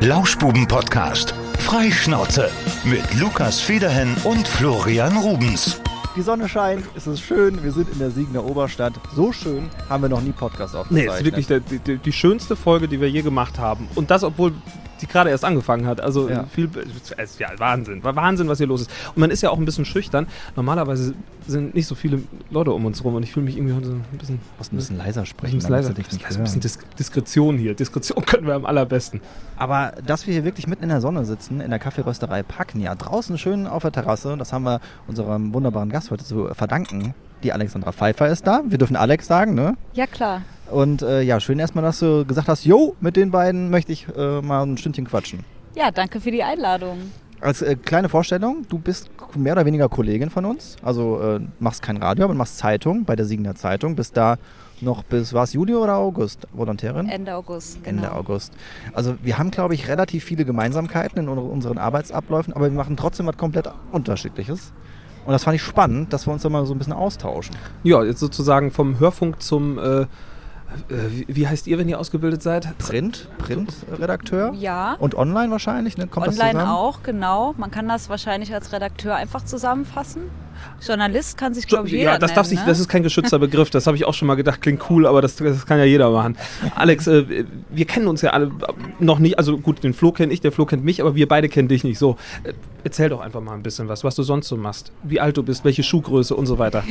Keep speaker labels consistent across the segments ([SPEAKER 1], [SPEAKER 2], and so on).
[SPEAKER 1] Lauschbuben-Podcast. Freischnauze. Mit Lukas Federhen und Florian Rubens.
[SPEAKER 2] Die Sonne scheint, es ist schön, wir sind in der Siegener Oberstadt. So schön haben wir noch nie Podcast aufgezeichnet.
[SPEAKER 3] Nee, ist wirklich der, die, die schönste Folge, die wir je gemacht haben. Und das, obwohl die gerade erst angefangen hat. Also
[SPEAKER 2] Ja.
[SPEAKER 3] viel, es ist ja Wahnsinn, War Wahnsinn, was hier los ist. Und man ist ja auch ein bisschen schüchtern. Normalerweise sind nicht so viele Leute um uns rum und ich fühle mich irgendwie heute so ein bisschen,
[SPEAKER 2] Du musst ein bisschen leiser sprechen.
[SPEAKER 3] ein bisschen
[SPEAKER 2] damit
[SPEAKER 3] leiser.
[SPEAKER 2] sie dich nicht
[SPEAKER 3] Also ein bisschen
[SPEAKER 2] hören.
[SPEAKER 3] Dis Diskretion hier. Diskretion können wir am allerbesten.
[SPEAKER 2] Aber dass wir hier wirklich mitten in der Sonne sitzen, in der Kaffeerösterei Pagnia, draußen schön auf der Terrasse, das haben wir unserem wunderbaren Gast heute zu verdanken. Die Alexandra Pfeiffer ist da. Wir dürfen Alex sagen, ne?
[SPEAKER 4] Ja, klar.
[SPEAKER 2] Und äh, ja, schön erstmal, dass du gesagt hast, jo, mit den beiden möchte ich äh, mal ein Stündchen quatschen.
[SPEAKER 4] Ja, danke für die Einladung.
[SPEAKER 2] Als äh, kleine Vorstellung, du bist mehr oder weniger Kollegin von uns. Also äh, machst kein Radio, aber machst Zeitung bei der Siegener Zeitung. Bist da noch bis, war es Juli oder August, Volontärin?
[SPEAKER 4] Ende August. Genau.
[SPEAKER 2] Ende August. Also wir haben, glaube ich, relativ viele Gemeinsamkeiten in un- unseren Arbeitsabläufen, aber wir machen trotzdem was komplett Unterschiedliches. Und das fand ich spannend, dass wir uns da mal so ein bisschen austauschen.
[SPEAKER 3] Ja, jetzt sozusagen vom Hörfunk zum, äh, äh, wie- wie heißt ihr, wenn ihr ausgebildet seid?
[SPEAKER 2] Print, Printredakteur
[SPEAKER 4] Ja.
[SPEAKER 2] und online wahrscheinlich, ne? Kommt das
[SPEAKER 4] Online
[SPEAKER 2] zusammen?
[SPEAKER 4] auch, genau. Man kann das wahrscheinlich als Redakteur einfach zusammenfassen. Journalist kann sich, glaube ich, jeder
[SPEAKER 3] ja, das
[SPEAKER 4] nennen,
[SPEAKER 3] darf sich,
[SPEAKER 4] ne?
[SPEAKER 3] das ist kein geschützter Begriff. Das habe ich auch schon mal gedacht, klingt cool, aber das, das kann ja jeder machen. Alex, äh, wir kennen uns ja alle äh, noch nicht. Also gut, den Flo kenne ich, der Flo kennt mich, aber wir beide kennen dich nicht. So, äh, erzähl doch einfach mal ein bisschen was, was du sonst so machst, wie alt du bist, welche Schuhgröße und so weiter.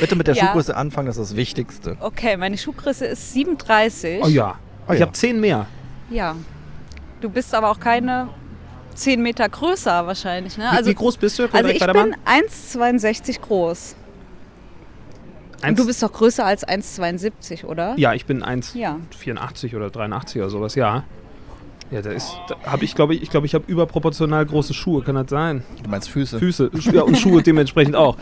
[SPEAKER 2] Bitte mit der
[SPEAKER 4] Ja.
[SPEAKER 2] Schuhgröße anfangen, das ist das Wichtigste.
[SPEAKER 4] Okay, meine Schuhgröße ist 37.
[SPEAKER 3] Oh ja,
[SPEAKER 2] Oh
[SPEAKER 3] ich
[SPEAKER 2] ja.
[SPEAKER 3] habe zehn mehr.
[SPEAKER 4] Ja. Du bist aber auch keine 10 Meter größer wahrscheinlich, ne?
[SPEAKER 3] Wie,
[SPEAKER 4] Also,
[SPEAKER 3] wie groß bist du? Können wir
[SPEAKER 4] also
[SPEAKER 3] direkt
[SPEAKER 4] ich bin
[SPEAKER 3] weitermachen?
[SPEAKER 4] 1,62 groß. Und
[SPEAKER 3] Eins-
[SPEAKER 4] du bist doch größer als 1,72, oder?
[SPEAKER 3] Ja, ich bin 1,84
[SPEAKER 4] Ja.
[SPEAKER 3] oder 83 oder sowas, ja. Ja, da ist, da habe ich glaube ich, ich glaube ich habe überproportional große Schuhe, kann das sein?
[SPEAKER 2] Du meinst Füße.
[SPEAKER 3] Füße Schu- ja, und Schuhe dementsprechend auch.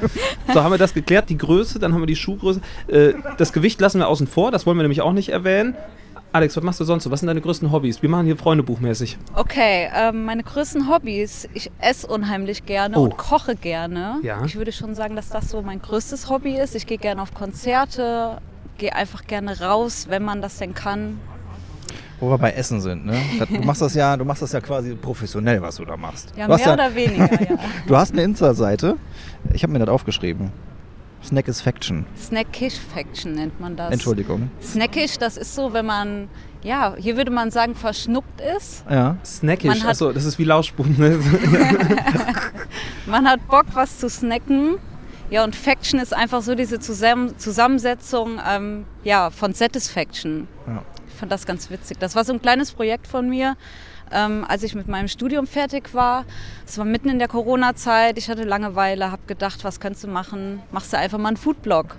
[SPEAKER 3] So haben wir das geklärt, die Größe, dann haben wir die Schuhgröße. Äh, das Gewicht lassen wir außen vor, das wollen wir nämlich auch nicht erwähnen. Alex, was machst du sonst so? Was sind deine größten Hobbys? Wir machen hier Freundebuchmäßig.
[SPEAKER 4] Okay, ähm, meine größten Hobbys. Ich esse unheimlich gerne
[SPEAKER 3] Oh.
[SPEAKER 4] und koche gerne.
[SPEAKER 3] Ja.
[SPEAKER 4] Ich würde schon sagen, dass das so mein größtes Hobby ist. Ich gehe gerne auf Konzerte, gehe einfach gerne raus, wenn man das denn kann.
[SPEAKER 2] Wo wir bei Essen sind, ne? Das- Du machst das ja, du machst das ja quasi professionell, was du da machst.
[SPEAKER 4] Ja,
[SPEAKER 2] du, hast
[SPEAKER 4] mehr oder weniger, ja.
[SPEAKER 2] du hast eine Insta-Seite. Ich habe mir das aufgeschrieben. Snackisfaction.
[SPEAKER 4] Snackish Faction nennt man das.
[SPEAKER 2] Entschuldigung.
[SPEAKER 4] Snackish, das ist so, wenn man, ja, hier würde man sagen, verschnuppt ist.
[SPEAKER 2] Ja.
[SPEAKER 4] Man
[SPEAKER 3] Snackisch,
[SPEAKER 4] hat- Also
[SPEAKER 3] achso, das ist wie Lauschbuben. Ne?
[SPEAKER 4] Man hat Bock, was zu snacken. Ja, und Faction ist einfach so diese Zusam Zusammensetzung ähm, ja, von Satisfaction.
[SPEAKER 2] ja.
[SPEAKER 4] Ich fand das ganz witzig. Das war so ein kleines Projekt von mir, ähm, als ich mit meinem Studium fertig war. Es war mitten in der Corona-Zeit. Ich hatte Langeweile, habe gedacht, was kannst du machen? Machst du einfach mal einen Foodblog.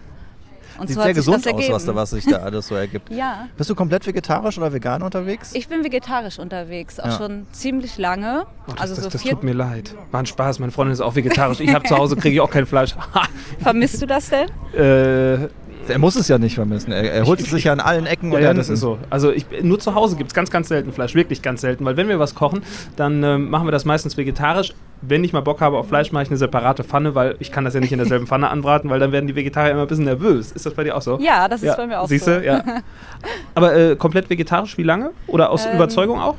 [SPEAKER 4] Und
[SPEAKER 2] Sieht
[SPEAKER 4] so hat
[SPEAKER 2] sehr
[SPEAKER 4] sich
[SPEAKER 2] gesund
[SPEAKER 4] das
[SPEAKER 2] aus, was, da,
[SPEAKER 4] ergeben.
[SPEAKER 2] was sich da alles so ergibt.
[SPEAKER 4] Ja.
[SPEAKER 2] Bist du komplett vegetarisch oder vegan unterwegs?
[SPEAKER 4] Ich bin vegetarisch unterwegs, auch
[SPEAKER 2] Ja.
[SPEAKER 4] schon ziemlich lange.
[SPEAKER 3] Oh, das
[SPEAKER 4] also
[SPEAKER 3] das,
[SPEAKER 4] so
[SPEAKER 3] das
[SPEAKER 4] vier.
[SPEAKER 3] tut mir leid. War ein Spaß, meine Freundin ist auch vegetarisch. Ich habe zu Hause, kriege ich auch kein Fleisch. Ha,
[SPEAKER 4] Vermisst du das denn?
[SPEAKER 3] äh,
[SPEAKER 2] er muss es ja nicht vermissen. Er, er holt es sich ja an allen Ecken
[SPEAKER 3] Ja,
[SPEAKER 2] und
[SPEAKER 3] ja,
[SPEAKER 2] Enden.
[SPEAKER 3] das ist so. Also ich, nur zu Hause gibt es ganz, ganz selten Fleisch. Wirklich ganz selten. Weil wenn wir was kochen, dann ähm, machen wir das meistens vegetarisch. Wenn ich mal Bock habe auf Fleisch, mache ich eine separate Pfanne, weil ich kann das ja nicht in derselben Pfanne anbraten, weil dann werden die Vegetarier immer ein bisschen nervös. Ist das bei dir auch so?
[SPEAKER 4] Ja, das ist bei mir auch
[SPEAKER 3] siehst
[SPEAKER 4] so.
[SPEAKER 3] Du? Ja. Aber äh, komplett vegetarisch, wie lange? Oder aus
[SPEAKER 4] Ähm,
[SPEAKER 3] Überzeugung auch?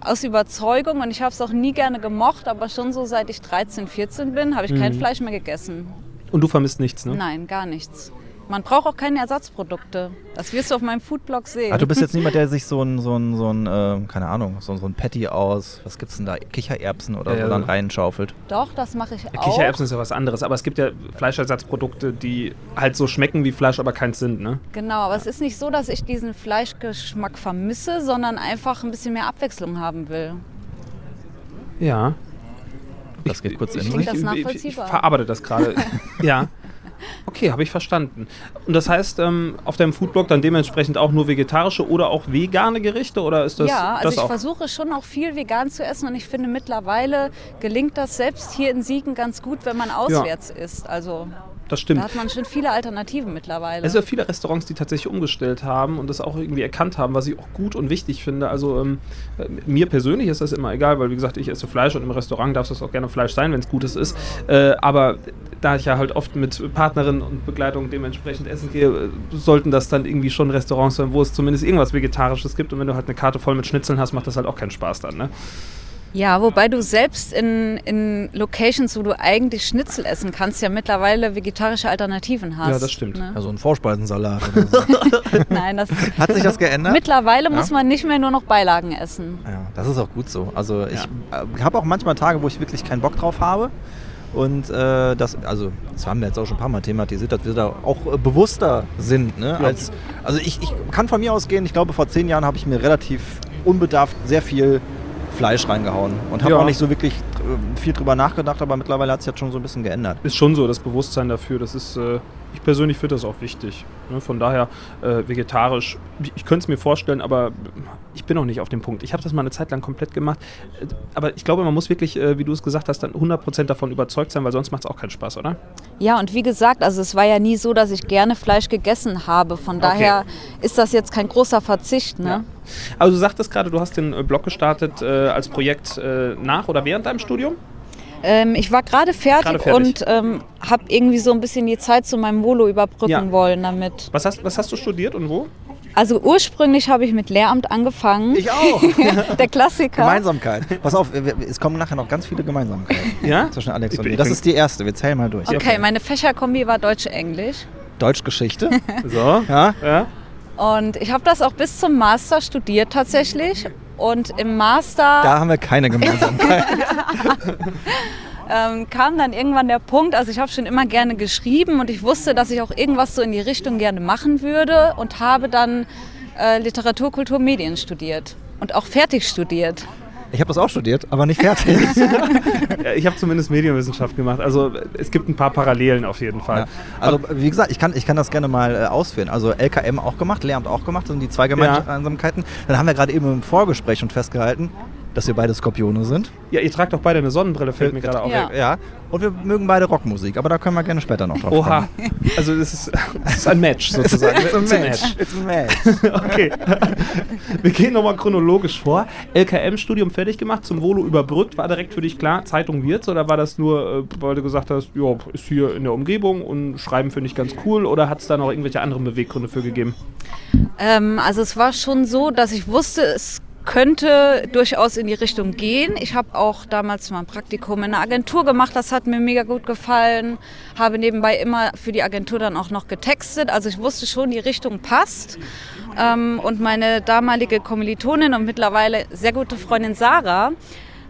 [SPEAKER 4] Aus Überzeugung und ich habe es auch nie gerne gemocht, aber schon so seit ich 13, 14 bin, habe ich kein Fleisch mehr gegessen.
[SPEAKER 3] Und du vermisst nichts, ne?
[SPEAKER 4] Nein, gar nichts. Man braucht auch keine Ersatzprodukte. Das wirst du auf meinem Foodblog sehen.
[SPEAKER 2] Ah, du bist jetzt niemand, der sich so ein, so ein, so ein ähm, keine Ahnung, so, ein- so ein Patty aus, was gibt's denn da, Kichererbsen oder
[SPEAKER 3] Ja,
[SPEAKER 2] so
[SPEAKER 3] ja.
[SPEAKER 2] dann reinschaufelt.
[SPEAKER 4] Doch, das mache ich
[SPEAKER 3] Ja,
[SPEAKER 4] auch.
[SPEAKER 3] Kichererbsen ist ja was anderes, aber es gibt ja Fleischersatzprodukte, die halt so schmecken wie Fleisch, aber keins sind, ne?
[SPEAKER 4] Genau, aber es ist nicht so, dass ich diesen Fleischgeschmack vermisse, sondern einfach ein bisschen mehr Abwechslung haben will.
[SPEAKER 3] Ja.
[SPEAKER 2] Das geht kurz in
[SPEAKER 4] Klingt
[SPEAKER 2] sich.
[SPEAKER 4] das
[SPEAKER 3] ich, ich
[SPEAKER 4] nachvollziehbar?
[SPEAKER 3] verarbeite das gerade. ja. Okay, habe ich verstanden. Und das heißt, ähm, auf deinem Foodblog dann dementsprechend auch nur vegetarische oder auch vegane Gerichte oder ist das
[SPEAKER 4] ja, also
[SPEAKER 3] das
[SPEAKER 4] ich versuche schon auch viel vegan zu essen und ich finde mittlerweile gelingt das selbst hier in Siegen ganz gut, wenn man auswärts isst. Also
[SPEAKER 3] das stimmt.
[SPEAKER 4] Da hat man schon viele Alternativen mittlerweile.
[SPEAKER 3] Es gibt ja viele Restaurants, die tatsächlich umgestellt haben und das auch irgendwie erkannt haben, was ich auch gut und wichtig finde. Also ähm, äh, mir persönlich ist das immer egal, weil wie gesagt, ich esse Fleisch und im Restaurant darf es auch gerne Fleisch sein, wenn es gutes ist. Äh, aber da ich ja halt oft mit Partnerin und Begleitung dementsprechend essen gehe, äh, sollten das dann irgendwie schon Restaurants sein, wo es zumindest irgendwas Vegetarisches gibt. Und wenn du halt eine Karte voll mit Schnitzeln hast, macht das halt auch keinen Spaß dann. Ne?
[SPEAKER 4] Ja, wobei du selbst in, in Locations, wo du eigentlich Schnitzel essen kannst, ja mittlerweile vegetarische Alternativen hast.
[SPEAKER 3] Ja, das stimmt.
[SPEAKER 4] Ne?
[SPEAKER 2] Also ein Vorspeisensalat oder so.
[SPEAKER 4] Nein, das ne?
[SPEAKER 2] Hat sich das geändert?
[SPEAKER 4] mittlerweile
[SPEAKER 2] Ja.
[SPEAKER 4] muss man nicht mehr nur noch Beilagen essen.
[SPEAKER 2] Ja, das ist auch gut so. Also ich äh, habe auch manchmal Tage, wo ich wirklich keinen Bock drauf habe. Und äh, das, also, das haben wir jetzt auch schon ein paar Mal thematisiert, dass wir da auch äh, bewusster sind. Ne?
[SPEAKER 3] Ja.
[SPEAKER 2] Als, also ich, ich kann von mir ausgehen, ich glaube, vor zehn Jahren habe ich mir relativ unbedarft sehr viel Fleisch reingehauen und habe
[SPEAKER 3] Ja.
[SPEAKER 2] auch nicht so wirklich äh, viel drüber nachgedacht, aber mittlerweile hat sich das schon so ein bisschen geändert.
[SPEAKER 3] ist schon so das Bewusstsein dafür. Das ist, äh, ich persönlich finde das auch wichtig. Ne? Von daher äh, vegetarisch, ich, ich könnte es mir vorstellen, aber ich bin noch nicht auf dem Punkt. Ich habe das mal eine Zeit lang komplett gemacht, äh, aber ich glaube, man muss wirklich, äh, wie du es gesagt hast, dann 100% davon überzeugt sein, weil sonst macht es auch keinen Spaß, oder?
[SPEAKER 4] Ja, und wie gesagt, also es war ja nie so, dass ich gerne Fleisch gegessen habe. Von daher ist das jetzt kein großer Verzicht. Ne?
[SPEAKER 3] Also du sagtest gerade, du hast den äh, Blog gestartet äh, als Projekt äh, nach oder während deinem Studium.
[SPEAKER 4] Ähm, ich war gerade
[SPEAKER 3] Gerade
[SPEAKER 4] fertig,
[SPEAKER 3] fertig.
[SPEAKER 4] und ähm, habe irgendwie so ein bisschen die Zeit zu meinem Volo überbrücken
[SPEAKER 3] Ja.
[SPEAKER 4] wollen damit.
[SPEAKER 3] Was hast, was hast du studiert und wo?
[SPEAKER 4] Also ursprünglich habe ich mit Lehramt angefangen.
[SPEAKER 2] Ich auch!
[SPEAKER 4] Der Klassiker.
[SPEAKER 2] Gemeinsamkeit. Pass auf, wir- wir- es kommen nachher noch ganz viele Gemeinsamkeiten
[SPEAKER 3] Ja?
[SPEAKER 2] zwischen Alex
[SPEAKER 3] Ich
[SPEAKER 2] und
[SPEAKER 3] bin-
[SPEAKER 2] mir.
[SPEAKER 3] ich
[SPEAKER 2] Das
[SPEAKER 3] bin-
[SPEAKER 2] ist die erste, wir zählen mal durch.
[SPEAKER 4] Okay, meine Fächerkombi war Deutsch-Englisch.
[SPEAKER 2] Deutschgeschichte.
[SPEAKER 3] So.
[SPEAKER 2] ja.
[SPEAKER 3] Ja.
[SPEAKER 4] Und ich habe das auch bis zum Master studiert tatsächlich. Und im Master
[SPEAKER 2] Da haben wir keine Gemeinsamkeit.
[SPEAKER 4] ähm, kam dann irgendwann der Punkt, also ich habe schon immer gerne geschrieben und ich wusste, dass ich auch irgendwas so in die Richtung gerne machen würde und habe dann äh, Literatur, Kultur, Medien studiert und auch fertig studiert.
[SPEAKER 2] Ich habe das auch studiert, aber nicht fertig.
[SPEAKER 3] Ja, Ich habe zumindest Medienwissenschaft gemacht. Also äh, es gibt ein paar Parallelen auf jeden Fall.
[SPEAKER 2] ja. Also wie gesagt, ich kann, ich kann das gerne mal äh, ausführen. Also LKM auch gemacht, Lehramt auch gemacht, das sind die zwei Gemeinsamkeiten. Dann haben wir gerade eben im Vorgespräch schon festgehalten, dass wir beide Skorpione sind.
[SPEAKER 3] Ja, ihr tragt doch beide eine Sonnenbrille, fällt mir gerade auf.
[SPEAKER 4] Ja.
[SPEAKER 2] Ja. Und wir mögen beide Rockmusik, aber da können wir gerne später noch drauf
[SPEAKER 3] Oha,
[SPEAKER 2] kommen.
[SPEAKER 3] also das ist, das ist ein Match sozusagen.
[SPEAKER 2] It's a
[SPEAKER 3] It's a
[SPEAKER 2] match. It's a match.
[SPEAKER 3] match. Okay, wir gehen nochmal chronologisch vor. LKM-Studium fertig gemacht, zum Volo überbrückt. War direkt für dich klar, Zeitung wird's? Oder war das nur, äh, weil du gesagt hast, ja, ist hier in der Umgebung und Schreiben finde ich ganz cool? Oder hat es da noch irgendwelche anderen Beweggründe für gegeben?
[SPEAKER 4] Ähm, also es war schon so, dass ich wusste, es könnte durchaus in die Richtung gehen. Ich habe auch damals mal ein Praktikum in einer Agentur gemacht, das hat mir mega gut gefallen. Habe nebenbei immer für die Agentur dann auch noch getextet. Also ich wusste schon, die Richtung passt. Ähm, und meine damalige Kommilitonin und mittlerweile sehr gute Freundin Sarah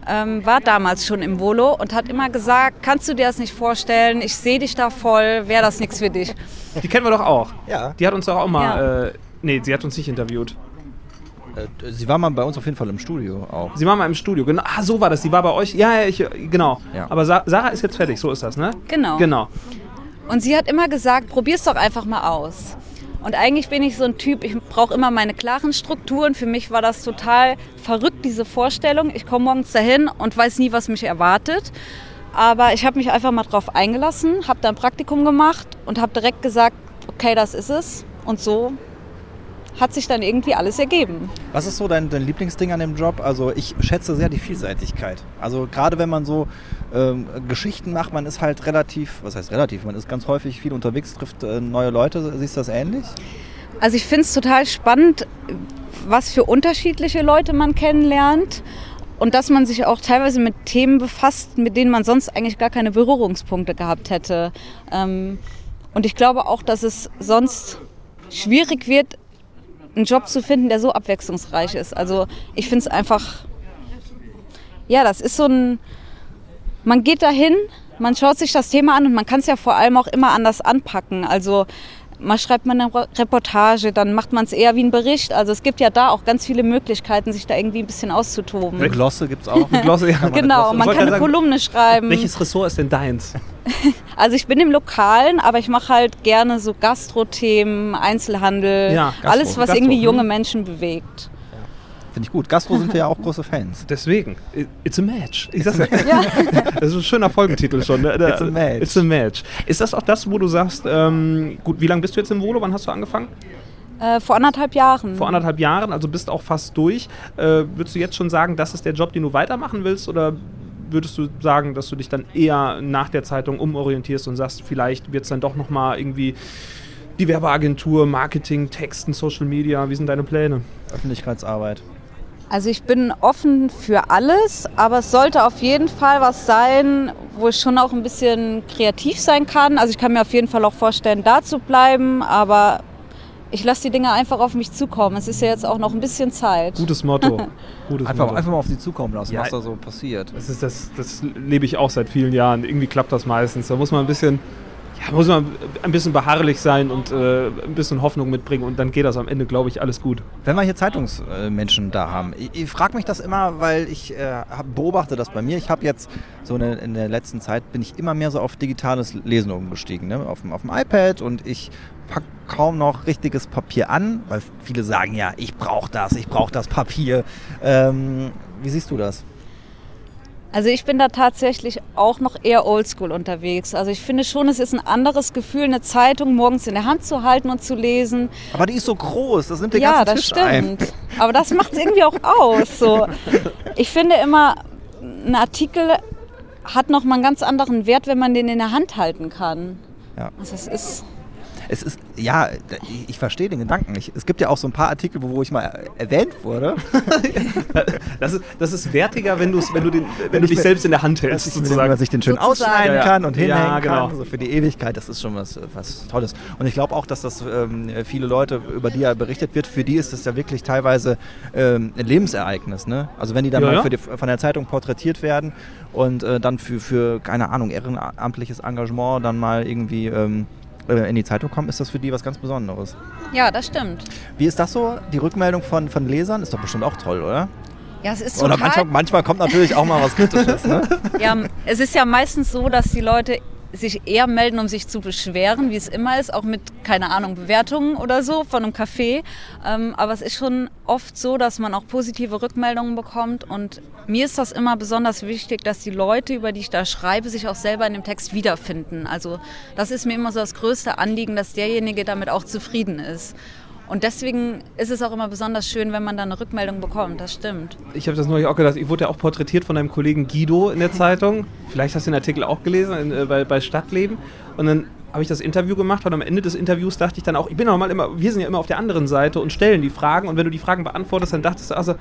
[SPEAKER 4] ähm, war damals schon im Volo und hat immer gesagt, kannst du dir das nicht vorstellen, ich sehe dich da voll, wäre das nichts für dich.
[SPEAKER 3] Die kennen wir doch auch.
[SPEAKER 2] Ja.
[SPEAKER 3] Die hat uns doch auch mal,
[SPEAKER 4] Ja.
[SPEAKER 3] äh, nee, sie hat uns nicht interviewt.
[SPEAKER 2] Äh, Sie war mal bei uns auf jeden Fall im Studio auch.
[SPEAKER 3] Sie war mal im Studio, genau. Ah, so war das. Sie war bei euch. Ja, ja, ich, genau.
[SPEAKER 2] Ja.
[SPEAKER 3] Aber Sa Sarah ist jetzt fertig, so ist das, ne?
[SPEAKER 4] Genau.
[SPEAKER 3] Genau.
[SPEAKER 4] Und sie hat immer gesagt, probier's doch einfach mal aus. Und eigentlich bin ich so ein Typ, ich brauche immer meine klaren Strukturen. Für mich war das total verrückt, diese Vorstellung. Ich komme morgens dahin und weiß nie, was mich erwartet. Aber ich habe mich einfach mal drauf eingelassen, habe da ein Praktikum gemacht und habe direkt gesagt, okay, das ist es. Und so hat sich dann irgendwie alles ergeben.
[SPEAKER 2] Was ist so dein, dein Lieblingsding an dem Job? Also ich schätze sehr die Vielseitigkeit. Also gerade wenn man so ähm, Geschichten macht, man ist halt relativ, was heißt relativ, man ist ganz häufig viel unterwegs, trifft äh, neue Leute. Siehst du das ähnlich?
[SPEAKER 4] Also ich finde es total spannend, was für unterschiedliche Leute man kennenlernt und dass man sich auch teilweise mit Themen befasst, mit denen man sonst eigentlich gar keine Berührungspunkte gehabt hätte. Ähm, und ich glaube auch, dass es sonst schwierig wird, einen Job zu finden, der so abwechslungsreich ist. Also ich finde es einfach, ja, das ist so ein, man geht dahin, man schaut sich das Thema an und man kann es ja vor allem auch immer anders anpacken. Also mal schreibt man eine Re- Reportage, dann macht man es eher wie einen Bericht. Also es gibt ja da auch ganz viele Möglichkeiten, sich da irgendwie ein bisschen auszutoben.
[SPEAKER 2] Eine Glosse gibt's auch.
[SPEAKER 3] Glosse, ja.
[SPEAKER 4] Genau,
[SPEAKER 2] Ich
[SPEAKER 4] man
[SPEAKER 3] wollte
[SPEAKER 4] kann
[SPEAKER 3] gerade
[SPEAKER 4] eine
[SPEAKER 3] sagen,
[SPEAKER 4] Kolumne schreiben.
[SPEAKER 3] Welches Ressort ist denn deins?
[SPEAKER 4] Also ich bin im Lokalen, aber ich mache halt gerne so Gastro-Themen, Einzelhandel,
[SPEAKER 3] Ja, Gastro,
[SPEAKER 4] alles, was
[SPEAKER 3] Gastro,
[SPEAKER 4] irgendwie
[SPEAKER 3] hm.
[SPEAKER 4] junge Menschen bewegt.
[SPEAKER 2] Finde ich gut. Gastro sind wir ja auch große Fans.
[SPEAKER 3] Deswegen, i- it's a match. Ich sag's ja.
[SPEAKER 4] Ja.
[SPEAKER 3] Das ist ein schöner Folgentitel schon. Ne?
[SPEAKER 2] It's a match.
[SPEAKER 3] It's a match. Ist das auch das, wo du sagst, ähm, gut, wie lange bist du jetzt im Volo? Wann hast du angefangen?
[SPEAKER 4] Äh, vor anderthalb Jahren.
[SPEAKER 3] Vor anderthalb Jahren, also bist auch fast durch. Äh, würdest du jetzt schon sagen, das ist der Job, den du weitermachen willst? Oder würdest du sagen, dass du dich dann eher nach der Zeitung umorientierst und sagst, vielleicht wird es dann doch nochmal irgendwie die Werbeagentur, Marketing, Texten, Social Media? Wie sind deine Pläne?
[SPEAKER 2] Öffentlichkeitsarbeit.
[SPEAKER 4] Also ich bin offen für alles, aber es sollte auf jeden Fall was sein, wo ich schon auch ein bisschen kreativ sein kann. Also ich kann mir auf jeden Fall auch vorstellen, da zu bleiben, aber ich lasse die Dinge einfach auf mich zukommen. Es ist ja jetzt auch noch ein bisschen Zeit.
[SPEAKER 3] Gutes Motto. Gutes
[SPEAKER 2] Einfach,
[SPEAKER 3] Motto.
[SPEAKER 2] einfach mal auf sie zukommen lassen,
[SPEAKER 3] Ja.
[SPEAKER 2] was da so passiert.
[SPEAKER 3] Das, ist das, das lebe ich auch seit vielen Jahren. Irgendwie klappt das meistens. Da muss man ein bisschen, ja, muss man ein bisschen beharrlich sein und äh, ein bisschen Hoffnung mitbringen und dann geht das am Ende, glaube ich, alles gut.
[SPEAKER 2] Wenn wir hier Zeitungsmenschen da haben, ich, ich frage mich das immer, weil ich äh, hab, beobachte das bei mir. Ich habe jetzt so in der, in der letzten Zeit bin ich immer mehr so auf digitales Lesen umgestiegen, ne? auf, dem, auf dem iPad und ich pack kaum noch richtiges Papier an, weil viele sagen ja, ich brauche das, ich brauche das Papier. Ähm, wie siehst du das?
[SPEAKER 4] Also ich bin da tatsächlich auch noch eher oldschool unterwegs. Also ich finde schon, es ist ein anderes Gefühl, eine Zeitung morgens in der Hand zu halten und zu lesen.
[SPEAKER 2] Aber die ist so groß, das nimmt den
[SPEAKER 4] ja,
[SPEAKER 2] ganzen
[SPEAKER 4] das
[SPEAKER 2] Tisch
[SPEAKER 4] stimmt.
[SPEAKER 2] ein.
[SPEAKER 4] Aber das macht es irgendwie auch aus. So. Ich finde immer, ein Artikel hat nochmal einen ganz anderen Wert, wenn man den in der Hand halten kann.
[SPEAKER 2] Ja.
[SPEAKER 4] Also es ist,
[SPEAKER 2] Es ist, ja, ich- ich verstehe den Gedanken. Ich, es gibt ja auch so ein paar Artikel, wo wo ich mal erwähnt wurde.
[SPEAKER 3] Das ist, das ist wertiger, wenn, du's- wenn du, den, wenn
[SPEAKER 2] Wenn
[SPEAKER 3] du
[SPEAKER 2] ich
[SPEAKER 3] dich
[SPEAKER 2] mir-
[SPEAKER 3] selbst in der Hand hältst,
[SPEAKER 2] dass ich, wenn man
[SPEAKER 3] sozusagen.
[SPEAKER 2] sich den schön
[SPEAKER 4] Sozusagen.
[SPEAKER 2] ausschneiden
[SPEAKER 3] Ja, ja.
[SPEAKER 2] kann und
[SPEAKER 3] Ja,
[SPEAKER 2] hinhängen
[SPEAKER 3] genau.
[SPEAKER 2] kann, so für die Ewigkeit, das ist schon was, äh, was Tolles. Und ich glaube auch, dass das ähm, viele Leute, über die ja berichtet wird, für die ist das ja wirklich teilweise ähm, ein Lebensereignis. Ne? Also wenn die dann
[SPEAKER 3] Ja,
[SPEAKER 2] mal
[SPEAKER 3] ja.
[SPEAKER 2] Für die, von der Zeitung porträtiert werden und äh, dann für, für, keine Ahnung, ehrenamtliches Engagement dann mal irgendwie ähm, äh, in die Zeitung kommen, ist das für die was ganz Besonderes.
[SPEAKER 4] ja, das stimmt.
[SPEAKER 2] Wie ist das so? Die Rückmeldung von, von Lesern ist doch bestimmt auch toll, oder?
[SPEAKER 4] Ja, es ist
[SPEAKER 2] Oder
[SPEAKER 4] total
[SPEAKER 2] manchmal, manchmal kommt natürlich auch mal was Kritisches. Ne?
[SPEAKER 4] Ja, es ist ja meistens so, dass die Leute sich eher melden, um sich zu beschweren, wie es immer ist, auch mit, keine Ahnung, Bewertungen oder so von einem Café. Ähm, aber es ist schon oft so, dass man auch positive Rückmeldungen bekommt. Und mir ist das immer besonders wichtig, dass die Leute, über die ich da schreibe, sich auch selber in dem Text wiederfinden. Also das ist mir immer so das größte Anliegen, dass derjenige damit auch zufrieden ist. Und deswegen ist es auch immer besonders schön, wenn man da eine Rückmeldung bekommt. Das stimmt.
[SPEAKER 3] Ich habe das neulich auch gedacht. Ich wurde ja auch porträtiert von deinem Kollegen Guido in der Zeitung. Vielleicht hast du den Artikel auch gelesen in, äh, bei, bei Stadtleben. Und dann habe ich das Interview gemacht und am Ende des Interviews dachte ich dann auch, ich bin normal immer, wir sind ja immer auf der anderen Seite und stellen die Fragen. Und wenn du die Fragen beantwortest, dann dachtest du, also,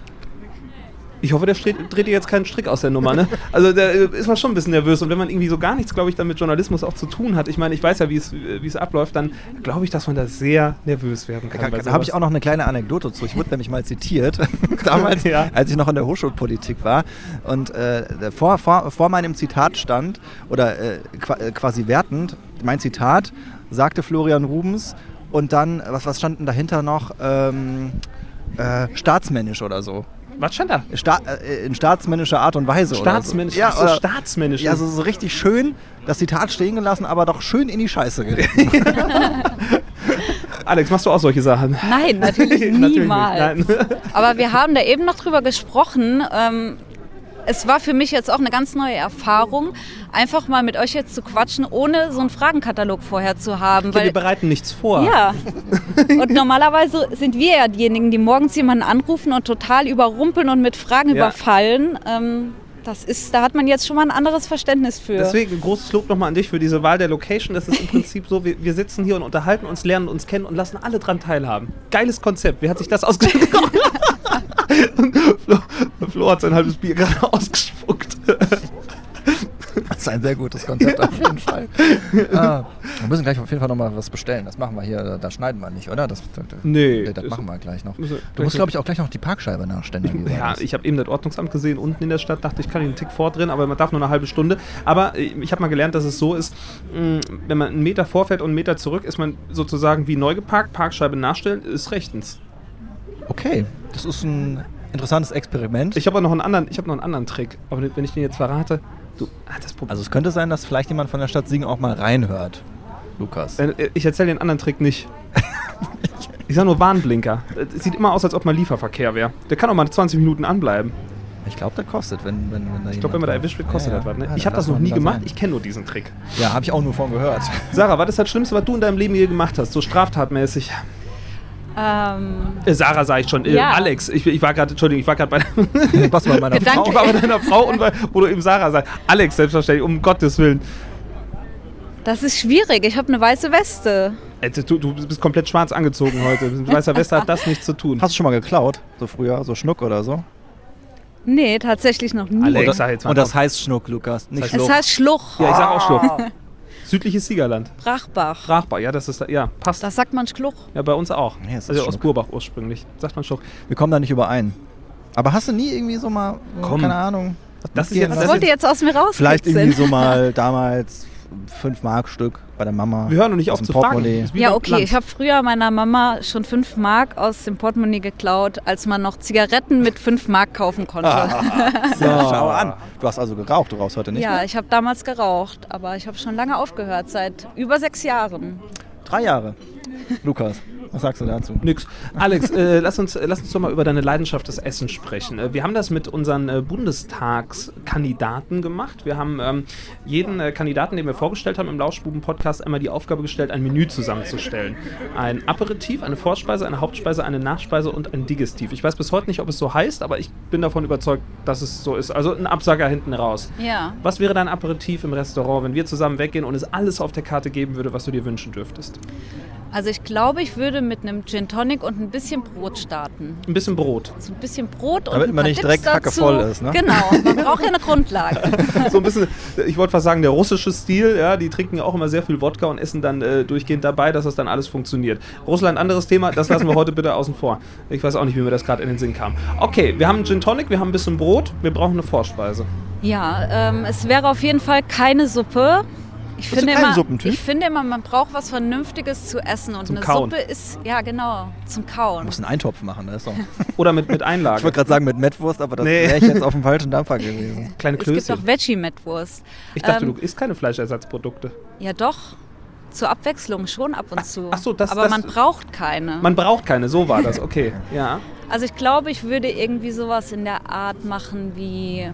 [SPEAKER 3] ich hoffe, der dreht, dreht dir jetzt keinen Strick aus der Nummer, ne? Also da äh, ist man schon ein bisschen nervös. Und wenn man irgendwie so gar nichts, glaube ich, dann mit Journalismus auch zu tun hat, ich meine, ich weiß ja, wie es wie es abläuft, dann glaube ich, dass man da sehr nervös werden kann.
[SPEAKER 2] Da,
[SPEAKER 3] bei
[SPEAKER 2] da habe
[SPEAKER 3] sowas.
[SPEAKER 2] ich auch noch eine kleine Anekdote zu. Ich wurde nämlich mal zitiert, damals,
[SPEAKER 3] Ja.
[SPEAKER 2] als ich noch in der Hochschulpolitik war. Und äh, vor, vor, vor meinem Zitat stand, oder äh, qua- äh, quasi wertend, mein Zitat sagte Florian Rubens und dann, was, was stand denn dahinter noch? Ähm, äh, staatsmännisch oder so.
[SPEAKER 3] Was stand da?
[SPEAKER 2] Sta äh, in staatsmännischer Art und Weise.
[SPEAKER 3] Staatsmännisch.
[SPEAKER 2] Oder
[SPEAKER 3] Ach
[SPEAKER 2] so.
[SPEAKER 3] so,
[SPEAKER 2] Ja, oder,
[SPEAKER 3] staatsmännisch.
[SPEAKER 2] ja so, so richtig schön das Zitat stehen gelassen, aber doch schön in die Scheiße geritten.
[SPEAKER 3] Alex, machst du auch solche Sachen?
[SPEAKER 4] Nein, natürlich
[SPEAKER 3] Natürlich nicht,
[SPEAKER 4] niemals.
[SPEAKER 3] nein.
[SPEAKER 4] Aber wir haben da eben noch drüber gesprochen. Ähm, es war für mich jetzt auch eine ganz neue Erfahrung, einfach mal mit euch jetzt zu quatschen, ohne so einen Fragenkatalog vorher zu haben.
[SPEAKER 3] Ja, wir
[SPEAKER 4] Weil,
[SPEAKER 3] bereiten nichts vor.
[SPEAKER 4] ja. Und normalerweise sind wir ja diejenigen, die morgens jemanden anrufen und total überrumpeln und mit Fragen
[SPEAKER 3] Ja.
[SPEAKER 4] überfallen. Ähm, das ist, da hat man jetzt schon mal ein anderes Verständnis für.
[SPEAKER 3] Deswegen großes Lob nochmal an dich für diese Wahl der Location. Das ist im Prinzip so, wir, wir sitzen hier und unterhalten uns, lernen uns kennen und lassen alle dran teilhaben. Geiles Konzept. Wer hat sich das ausgedacht? Und Flo, Flo hat sein halbes Bier gerade ausgespuckt.
[SPEAKER 2] Das ist ein sehr gutes Konzept auf jeden Fall. ah, wir müssen gleich auf jeden Fall nochmal was bestellen. Das machen wir hier, äh, da schneiden wir nicht, oder? Das, das,
[SPEAKER 3] Nee.
[SPEAKER 2] Das machen wir gleich noch.
[SPEAKER 3] Müssen wir
[SPEAKER 2] Du
[SPEAKER 3] gleich
[SPEAKER 2] musst,
[SPEAKER 3] so-
[SPEAKER 2] glaube ich, auch gleich noch die Parkscheibe nachstellen. oder wie war
[SPEAKER 3] Ja,
[SPEAKER 2] das?
[SPEAKER 3] ich habe eben das Ordnungsamt gesehen unten in der Stadt, dachte ich, kann den Tick vordrehen, aber man darf nur eine halbe Stunde. Aber äh, ich habe mal gelernt, dass es so ist, mh, wenn man einen Meter vorfährt und einen Meter zurück, ist man sozusagen wie neu geparkt, Parkscheibe nachstellen, ist rechtens.
[SPEAKER 2] Okay, das ist ein interessantes Experiment.
[SPEAKER 3] Ich habe aber noch einen anderen, ich habe noch einen anderen Trick, aber wenn ich den jetzt verrate, du, ah, das Problem.
[SPEAKER 2] also es könnte sein, dass vielleicht jemand von der Stadt Siegen auch mal reinhört. Lukas.
[SPEAKER 3] Äh, Ich erzähle den anderen Trick nicht. Ich sag nur Warnblinker. Es sieht immer aus, als ob mal Lieferverkehr wäre. Der kann auch mal 20 Minuten anbleiben.
[SPEAKER 2] Ich glaube, der kostet, wenn, wenn, wenn da
[SPEAKER 3] Ich glaube, wenn man da erwischt wird, kostet
[SPEAKER 2] ja,
[SPEAKER 3] das was.
[SPEAKER 2] ja.
[SPEAKER 3] Ne?
[SPEAKER 2] Ja,
[SPEAKER 3] Ich
[SPEAKER 2] dann
[SPEAKER 3] habe das
[SPEAKER 2] lassen
[SPEAKER 3] noch
[SPEAKER 2] wir
[SPEAKER 3] nie
[SPEAKER 2] ihn da
[SPEAKER 3] gemacht.
[SPEAKER 2] sein.
[SPEAKER 3] Ich kenne nur diesen Trick.
[SPEAKER 2] Ja, habe ich auch nur von gehört.
[SPEAKER 3] Sarah, was ist das Schlimmste, was du in deinem Leben je gemacht hast? So straftatmäßig.
[SPEAKER 4] Ähm,
[SPEAKER 3] Äh, Sarah sage ich schon. Äh,
[SPEAKER 4] Ja.
[SPEAKER 3] Alex, ich, ich war gerade, Entschuldigung, ich war gerade bei,
[SPEAKER 2] Was war meiner
[SPEAKER 4] Gedanken-
[SPEAKER 2] Frau?
[SPEAKER 3] ich war bei deiner Frau und bei, wo du eben Sarah sagst. Alex, selbstverständlich, um Gottes Willen.
[SPEAKER 4] das ist schwierig. Ich habe eine weiße Weste.
[SPEAKER 3] Äh, Du, du bist komplett schwarz angezogen heute. Weißer Wester hat das nichts zu tun.
[SPEAKER 2] Hast du schon mal geklaut? So früher, so Schnuck oder so?
[SPEAKER 4] Nee, tatsächlich noch nie.
[SPEAKER 3] Alex.
[SPEAKER 2] Und,
[SPEAKER 3] Ich sag jetzt mal
[SPEAKER 2] und das
[SPEAKER 3] noch.
[SPEAKER 2] heißt Schnuck, Lukas, nicht
[SPEAKER 4] Es
[SPEAKER 2] Schluck.
[SPEAKER 4] heißt Schluch.
[SPEAKER 3] Ja, ich sag auch
[SPEAKER 4] Ah.
[SPEAKER 3] Schluck. Südliches Siegerland.
[SPEAKER 4] Brachbach.
[SPEAKER 3] Brachbar, ja, das ist, da- ja, passt.
[SPEAKER 4] Das sagt man Schluch.
[SPEAKER 3] Ja, bei uns auch.
[SPEAKER 2] Nee, es ist
[SPEAKER 3] also aus
[SPEAKER 2] Schluck.
[SPEAKER 3] Burbach ursprünglich. Sagt man Schluck.
[SPEAKER 2] Wir kommen da nicht überein. Aber hast du nie irgendwie so mal, hm,
[SPEAKER 3] Komm.
[SPEAKER 2] keine Ahnung,
[SPEAKER 3] Das ist
[SPEAKER 2] mitgehen
[SPEAKER 3] jetzt-
[SPEAKER 4] Was
[SPEAKER 2] lassen?
[SPEAKER 3] das
[SPEAKER 4] wollt ihr jetzt aus mir raus?
[SPEAKER 2] Vielleicht irgendwie so mal damals 5 Mark Stück bei der Mama.
[SPEAKER 3] Wir hören noch nicht
[SPEAKER 2] aus dem
[SPEAKER 3] auf zu fragen.
[SPEAKER 2] Portemonnaie.
[SPEAKER 3] Ist wie
[SPEAKER 4] Ja,
[SPEAKER 3] beim
[SPEAKER 4] okay.
[SPEAKER 3] Land.
[SPEAKER 4] Ich habe früher meiner Mama schon 5 Mark aus dem Portemonnaie geklaut, als man noch Zigaretten mit 5 Mark kaufen konnte.
[SPEAKER 2] Ah. Ja, schau an. Du hast also geraucht, du rauchst heute nicht.
[SPEAKER 4] ja,
[SPEAKER 2] mehr?
[SPEAKER 4] ich habe damals geraucht, aber ich habe schon lange aufgehört, seit über sechs Jahren.
[SPEAKER 2] Drei Jahre. Lukas, was sagst du dazu?
[SPEAKER 3] Nix. Alex, äh, lass, uns, äh, lass uns doch mal über deine Leidenschaft des Essen sprechen. Äh, wir haben das mit unseren äh, Bundestagskandidaten gemacht. Wir haben ähm, jeden äh, Kandidaten, den wir vorgestellt haben im Lauschbuben-Podcast, einmal die Aufgabe gestellt, ein Menü zusammenzustellen. Ein Aperitif, eine Vorspeise, eine Hauptspeise, eine Nachspeise und ein Digestiv. Ich weiß bis heute nicht, ob es so heißt, aber ich bin davon überzeugt, dass es so ist. Also ein Absager hinten raus.
[SPEAKER 4] Ja.
[SPEAKER 3] Was wäre dein Aperitif im Restaurant, wenn wir zusammen weggehen und es alles auf der Karte geben würde, was du dir wünschen dürftest?
[SPEAKER 4] Also ich glaube, ich würde mit einem Gin Tonic und ein bisschen Brot starten.
[SPEAKER 3] Ein bisschen Brot.
[SPEAKER 4] So ein bisschen Brot und
[SPEAKER 2] Damit
[SPEAKER 4] ein
[SPEAKER 2] man
[SPEAKER 4] paar
[SPEAKER 2] nicht
[SPEAKER 4] Dips
[SPEAKER 2] direkt
[SPEAKER 4] dazu.
[SPEAKER 2] hackevoll ist, ne?
[SPEAKER 4] Genau, man braucht ja eine Grundlage.
[SPEAKER 3] so ein bisschen, ich wollte fast sagen, der russische Stil, ja, die trinken auch immer sehr viel Wodka und essen dann äh, durchgehend dabei, dass das dann alles funktioniert. Russland, anderes Thema, das lassen wir heute bitte außen vor. Ich weiß auch nicht, wie mir das gerade in den Sinn kam. Okay, wir haben einen Gin Tonic, wir haben ein bisschen Brot, wir brauchen eine Vorspeise.
[SPEAKER 4] Ja, ähm, es wäre auf jeden Fall keine Suppe. Ich
[SPEAKER 2] Bist du
[SPEAKER 4] finde,
[SPEAKER 2] kein
[SPEAKER 4] immer,
[SPEAKER 2] Suppentyp?
[SPEAKER 4] ich finde immer, man braucht was Vernünftiges zu essen. Und
[SPEAKER 3] Zum
[SPEAKER 4] eine
[SPEAKER 3] Kauen.
[SPEAKER 4] Suppe ist, ja genau, zum
[SPEAKER 2] Du
[SPEAKER 4] Kauen.
[SPEAKER 2] musst einen Eintopf machen, das ist doch. Ich
[SPEAKER 3] Oder mit, mit Einlage.
[SPEAKER 2] wollte gerade sagen mit Mettwurst, aber das
[SPEAKER 3] Nee.
[SPEAKER 2] wäre ich jetzt auf dem falschen Dampfer gewesen.
[SPEAKER 3] Kleine
[SPEAKER 4] Es gibt auch
[SPEAKER 3] Klößchen.
[SPEAKER 4] Veggie-Metwurst.
[SPEAKER 3] Ich dachte,
[SPEAKER 4] ähm,
[SPEAKER 3] du isst keine Fleischersatzprodukte.
[SPEAKER 4] Ja doch, zur Abwechslung schon ab und zu.
[SPEAKER 3] ach so, das-
[SPEAKER 4] aber
[SPEAKER 3] das-
[SPEAKER 4] man braucht keine.
[SPEAKER 3] Man braucht keine, so war das, okay. Ja.
[SPEAKER 4] Also ich glaube, ich würde irgendwie sowas in der Art machen wie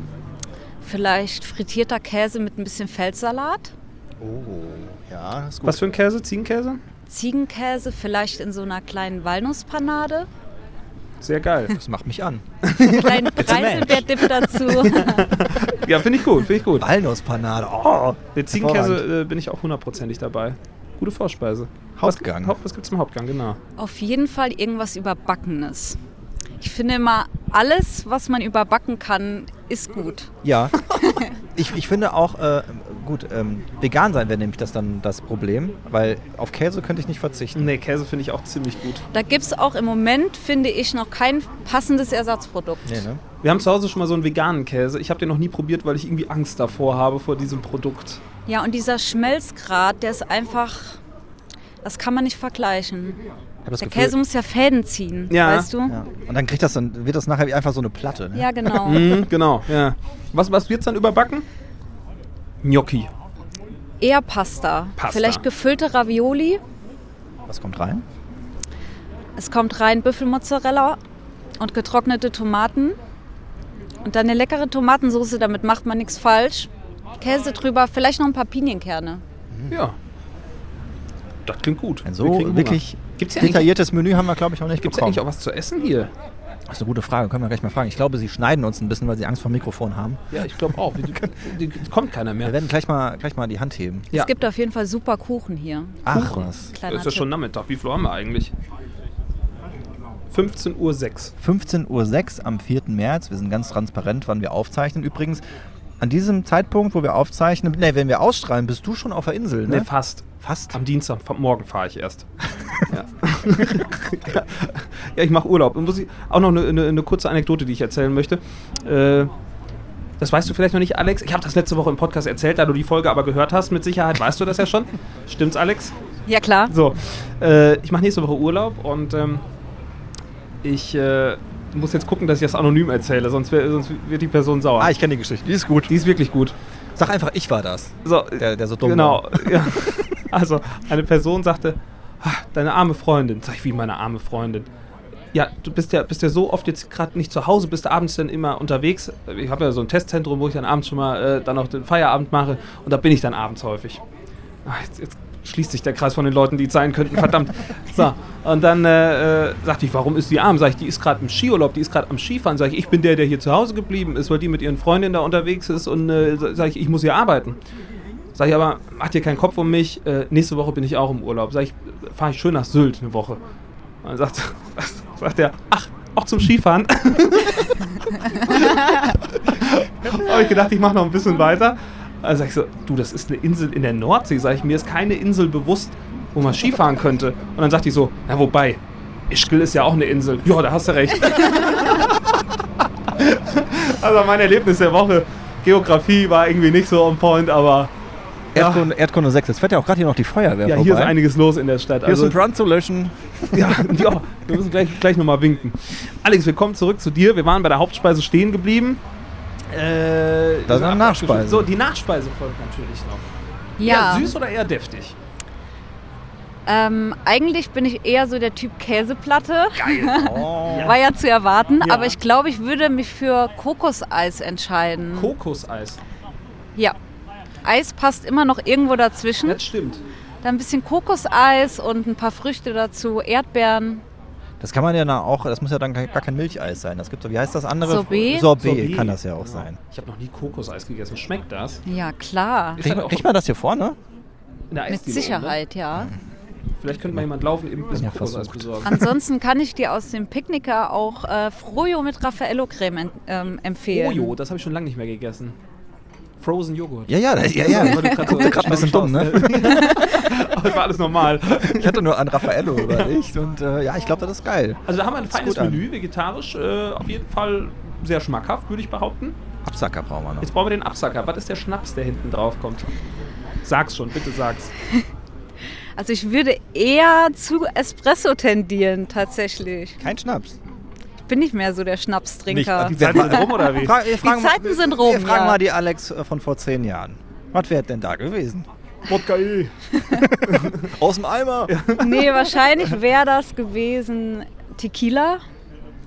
[SPEAKER 4] vielleicht frittierter Käse mit ein bisschen Feldsalat.
[SPEAKER 2] Ja, ist
[SPEAKER 3] Was für ein Käse? Ziegenkäse?
[SPEAKER 4] Ziegenkäse vielleicht in so einer kleinen Walnusspanade.
[SPEAKER 3] Sehr geil.
[SPEAKER 2] Das macht mich an.
[SPEAKER 4] Einen kleinen
[SPEAKER 2] a match.
[SPEAKER 4] Preiselbeerdip dazu.
[SPEAKER 3] Ja, finde ich gut, finde ich gut.
[SPEAKER 2] Walnusspanade. Oh.
[SPEAKER 3] Der Ziegenkäse äh, bin ich auch hundertprozentig dabei. Gute Vorspeise.
[SPEAKER 2] Hauptgang.
[SPEAKER 3] Was, Haupt, was gibt's im Hauptgang, genau.
[SPEAKER 4] Auf jeden Fall irgendwas Überbackenes. Ich finde immer, alles, was man überbacken kann, ist gut.
[SPEAKER 2] Ja. Ich, ich finde auch, äh, gut, ähm, vegan sein wäre nämlich das dann das Problem, weil auf Käse könnte ich nicht verzichten.
[SPEAKER 3] Nee, Käse finde ich auch ziemlich gut.
[SPEAKER 4] Da gibt es auch im Moment, finde ich, noch kein passendes Ersatzprodukt.
[SPEAKER 2] Nee, ne?
[SPEAKER 3] Wir haben zu Hause schon mal so einen veganen Käse. Ich habe den noch nie probiert, weil ich irgendwie Angst davor habe vor diesem Produkt.
[SPEAKER 4] Ja, und dieser Schmelzgrad, der ist einfach, das kann man nicht vergleichen.
[SPEAKER 2] Ich hab das
[SPEAKER 4] Der
[SPEAKER 2] Gefühl,
[SPEAKER 4] Käse muss ja Fäden ziehen,
[SPEAKER 3] Ja.
[SPEAKER 4] weißt du?
[SPEAKER 2] ja. Und dann kriegt das dann, wird das nachher wie einfach so eine Platte. Ne?
[SPEAKER 4] Ja, genau.
[SPEAKER 3] Mhm, genau, ja. Was, was wird's dann überbacken? Gnocchi.
[SPEAKER 4] Eher Pasta.
[SPEAKER 3] Pasta.
[SPEAKER 4] Vielleicht gefüllte Ravioli.
[SPEAKER 2] Was kommt rein?
[SPEAKER 4] Es kommt rein Büffelmozzarella und getrocknete Tomaten. Und dann eine leckere Tomatensoße, damit macht man nichts falsch. Käse drüber, vielleicht noch ein paar Pinienkerne.
[SPEAKER 3] Ja. Das klingt gut.
[SPEAKER 2] Ein
[SPEAKER 3] Wir
[SPEAKER 2] so
[SPEAKER 3] kriegen Hunger.
[SPEAKER 2] wirklich
[SPEAKER 3] Gibt's hier eigentlich,
[SPEAKER 2] detailliertes Menü haben wir, glaube ich, noch nicht
[SPEAKER 3] gibt's hier
[SPEAKER 2] bekommen.
[SPEAKER 3] eigentlich auch was zu essen hier?
[SPEAKER 2] das ist eine gute Frage, können wir gleich mal fragen. Ich glaube, sie schneiden uns ein bisschen, weil sie Angst vor dem Mikrofon haben.
[SPEAKER 3] Ja, ich glaube auch. Die- die- Kommt keiner
[SPEAKER 2] Wir
[SPEAKER 3] mehr.
[SPEAKER 2] werden gleich mal, gleich mal die Hand heben.
[SPEAKER 3] Ja.
[SPEAKER 4] Es gibt auf jeden Fall super Kuchen hier.
[SPEAKER 2] Ach was.
[SPEAKER 4] Kleiner
[SPEAKER 3] Ist ja schon
[SPEAKER 4] Tipp.
[SPEAKER 3] Nachmittag. Wie viel haben wir eigentlich? 15.06 Uhr.
[SPEAKER 2] 15.06 Uhr am 4. März. Wir sind ganz transparent, wann wir aufzeichnen. Übrigens, an diesem Zeitpunkt, wo wir aufzeichnen, ne, wenn wir ausstrahlen, bist du schon auf der Insel, ne?
[SPEAKER 3] Ne, fast.
[SPEAKER 2] Fast.
[SPEAKER 3] Am Dienstag, fa- morgen fahre ich erst. ja. ja. ja, ich mache Urlaub. Und muss ich auch noch eine, eine, eine kurze Anekdote, die ich erzählen möchte. Äh, das weißt du vielleicht noch nicht, Alex. Ich habe das letzte Woche im Podcast erzählt, da du die Folge aber gehört hast, mit Sicherheit weißt du das ja schon. Stimmt's, Alex?
[SPEAKER 4] Ja, klar.
[SPEAKER 3] So, äh, ich mache nächste Woche Urlaub und ähm, ich äh, muss jetzt gucken, dass ich das anonym erzähle, sonst, wär, sonst wird die Person sauer.
[SPEAKER 2] Ah, ich kenne die Geschichte. Die ist gut.
[SPEAKER 3] die ist wirklich gut.
[SPEAKER 2] Sag einfach, ich war das.
[SPEAKER 3] So,
[SPEAKER 2] Der- der so Also dumm
[SPEAKER 3] Genau. Ja. Also, eine Person sagte, "Ah, deine arme Freundin. Sag ich, wie meine arme Freundin? Ja, du bist ja, bist ja so oft jetzt gerade nicht zu Hause, bist abends dann immer unterwegs. Ich habe ja so ein Testzentrum, wo ich dann abends schon mal äh, dann auch den Feierabend mache und da bin ich dann abends häufig. Ah, jetzt, jetzt schließt sich der Kreis von den Leuten, die es sein könnten, verdammt. So, und dann äh, äh, sagte ich, warum ist die arm? Sag ich, die ist gerade im Skiurlaub, die ist gerade am Skifahren. Sag ich, ich bin der, der hier zu Hause geblieben ist, weil die mit ihren Freundinnen da unterwegs ist und äh, sag ich, ich muss hier arbeiten. Sag ich aber, mach dir keinen Kopf um mich, äh, nächste Woche bin ich auch im Urlaub. Sag ich, fahre ich schön nach Sylt eine Woche. Und dann sagt, sagt er, ach, auch zum Skifahren. Habe ich gedacht, ich mache noch ein bisschen weiter. Also sag ich so, du, das ist eine Insel in der Nordsee. Sag ich, mir ist keine Insel bewusst, wo man Skifahren könnte. Und dann sagt die so, na wobei, Ischgl ist ja auch eine Insel. Ja, da hast du recht. also mein Erlebnis der Woche, Geografie war irgendwie nicht so on point, aber
[SPEAKER 2] Erdkunde, Erdkunde 6. Jetzt fährt ja auch gerade hier noch die Feuerwehr vorbei.
[SPEAKER 3] ja,
[SPEAKER 2] Also-
[SPEAKER 3] hier ist einiges los in der Stadt.
[SPEAKER 2] Hier ist ein Brand zu löschen.
[SPEAKER 3] Ja, ja wir müssen gleich, gleich nochmal winken. Alex, wir kommen zurück zu dir. Wir waren bei der Hauptspeise stehen geblieben. Äh,
[SPEAKER 2] Da
[SPEAKER 3] sind
[SPEAKER 2] war Nachspeise.
[SPEAKER 3] So, die Nachspeise folgt natürlich noch.
[SPEAKER 4] Ja,
[SPEAKER 3] Eher süß oder eher deftig?
[SPEAKER 4] ähm, eigentlich bin ich eher so der Typ Käseplatte.
[SPEAKER 2] Oh.
[SPEAKER 4] War ja zu erwarten,
[SPEAKER 3] Ja.
[SPEAKER 4] aber ich glaube, ich würde mich für Kokoseis entscheiden.
[SPEAKER 3] Kokoseis.
[SPEAKER 4] ja. Eis passt immer noch irgendwo dazwischen.
[SPEAKER 3] Das stimmt.
[SPEAKER 4] Dann ein bisschen Kokoseis und ein paar Früchte dazu, Erdbeeren.
[SPEAKER 2] Das kann man ja na auch, das muss ja dann gar gar kein Milcheis sein. Das gibt, wie heißt das andere?
[SPEAKER 4] Sorbet?
[SPEAKER 2] Sorbet kann das ja auch sein.
[SPEAKER 3] Ich habe noch nie Kokoseis gegessen. Schmeckt das?
[SPEAKER 4] Ja, klar.
[SPEAKER 3] Ist
[SPEAKER 2] Kriegt
[SPEAKER 3] halt
[SPEAKER 2] man, kriegt man das hier ne? vorne?
[SPEAKER 3] in der
[SPEAKER 4] Mit
[SPEAKER 3] Eisdiele,
[SPEAKER 4] Sicherheit, ja.
[SPEAKER 3] Oder? Vielleicht könnte mal jemand laufen, eben ein bisschen
[SPEAKER 2] Ja,
[SPEAKER 3] Kokoseis
[SPEAKER 2] versucht.
[SPEAKER 3] besorgen.
[SPEAKER 4] Ansonsten kann ich dir aus dem Picknicker auch äh, Froyo mit Raffaello-Creme en- ähm, empfehlen.
[SPEAKER 3] Ojo, das habe ich schon lange nicht mehr gegessen. Frozen Joghurt.
[SPEAKER 2] Ja, ja, ja, ja.
[SPEAKER 3] Weil du grad so
[SPEAKER 2] Guckte grad ein bisschen dumm, ne?
[SPEAKER 3] Das war alles normal.
[SPEAKER 2] Ich hatte nur an Raffaello überlegt und äh, ja, ich glaube, das ist geil.
[SPEAKER 3] Also da haben wir ein feines
[SPEAKER 2] gut an.
[SPEAKER 3] Menü, vegetarisch, äh, auf jeden Fall sehr schmackhaft, würde ich behaupten.
[SPEAKER 2] Absacker brauchen wir noch.
[SPEAKER 3] Jetzt brauchen wir den Absacker. Was ist der Schnaps, der hinten drauf kommt? Sag's schon, bitte sag's.
[SPEAKER 4] Also ich würde eher zu Espresso tendieren, tatsächlich.
[SPEAKER 2] Kein Schnaps.
[SPEAKER 4] Ich bin nicht mehr so der Schnapstrinker.
[SPEAKER 2] Nicht.
[SPEAKER 3] Seid ihr drum oder wie?
[SPEAKER 2] Fra wir fragen mal-
[SPEAKER 4] Zeiten sind rum,
[SPEAKER 2] Wir fragen
[SPEAKER 4] ja.
[SPEAKER 2] mal die Alex äh, von vor zehn Jahren. Was wäre denn da gewesen?
[SPEAKER 3] Wodka E.
[SPEAKER 2] Aus dem Eimer.
[SPEAKER 4] nee, wahrscheinlich wäre das gewesen Tequila.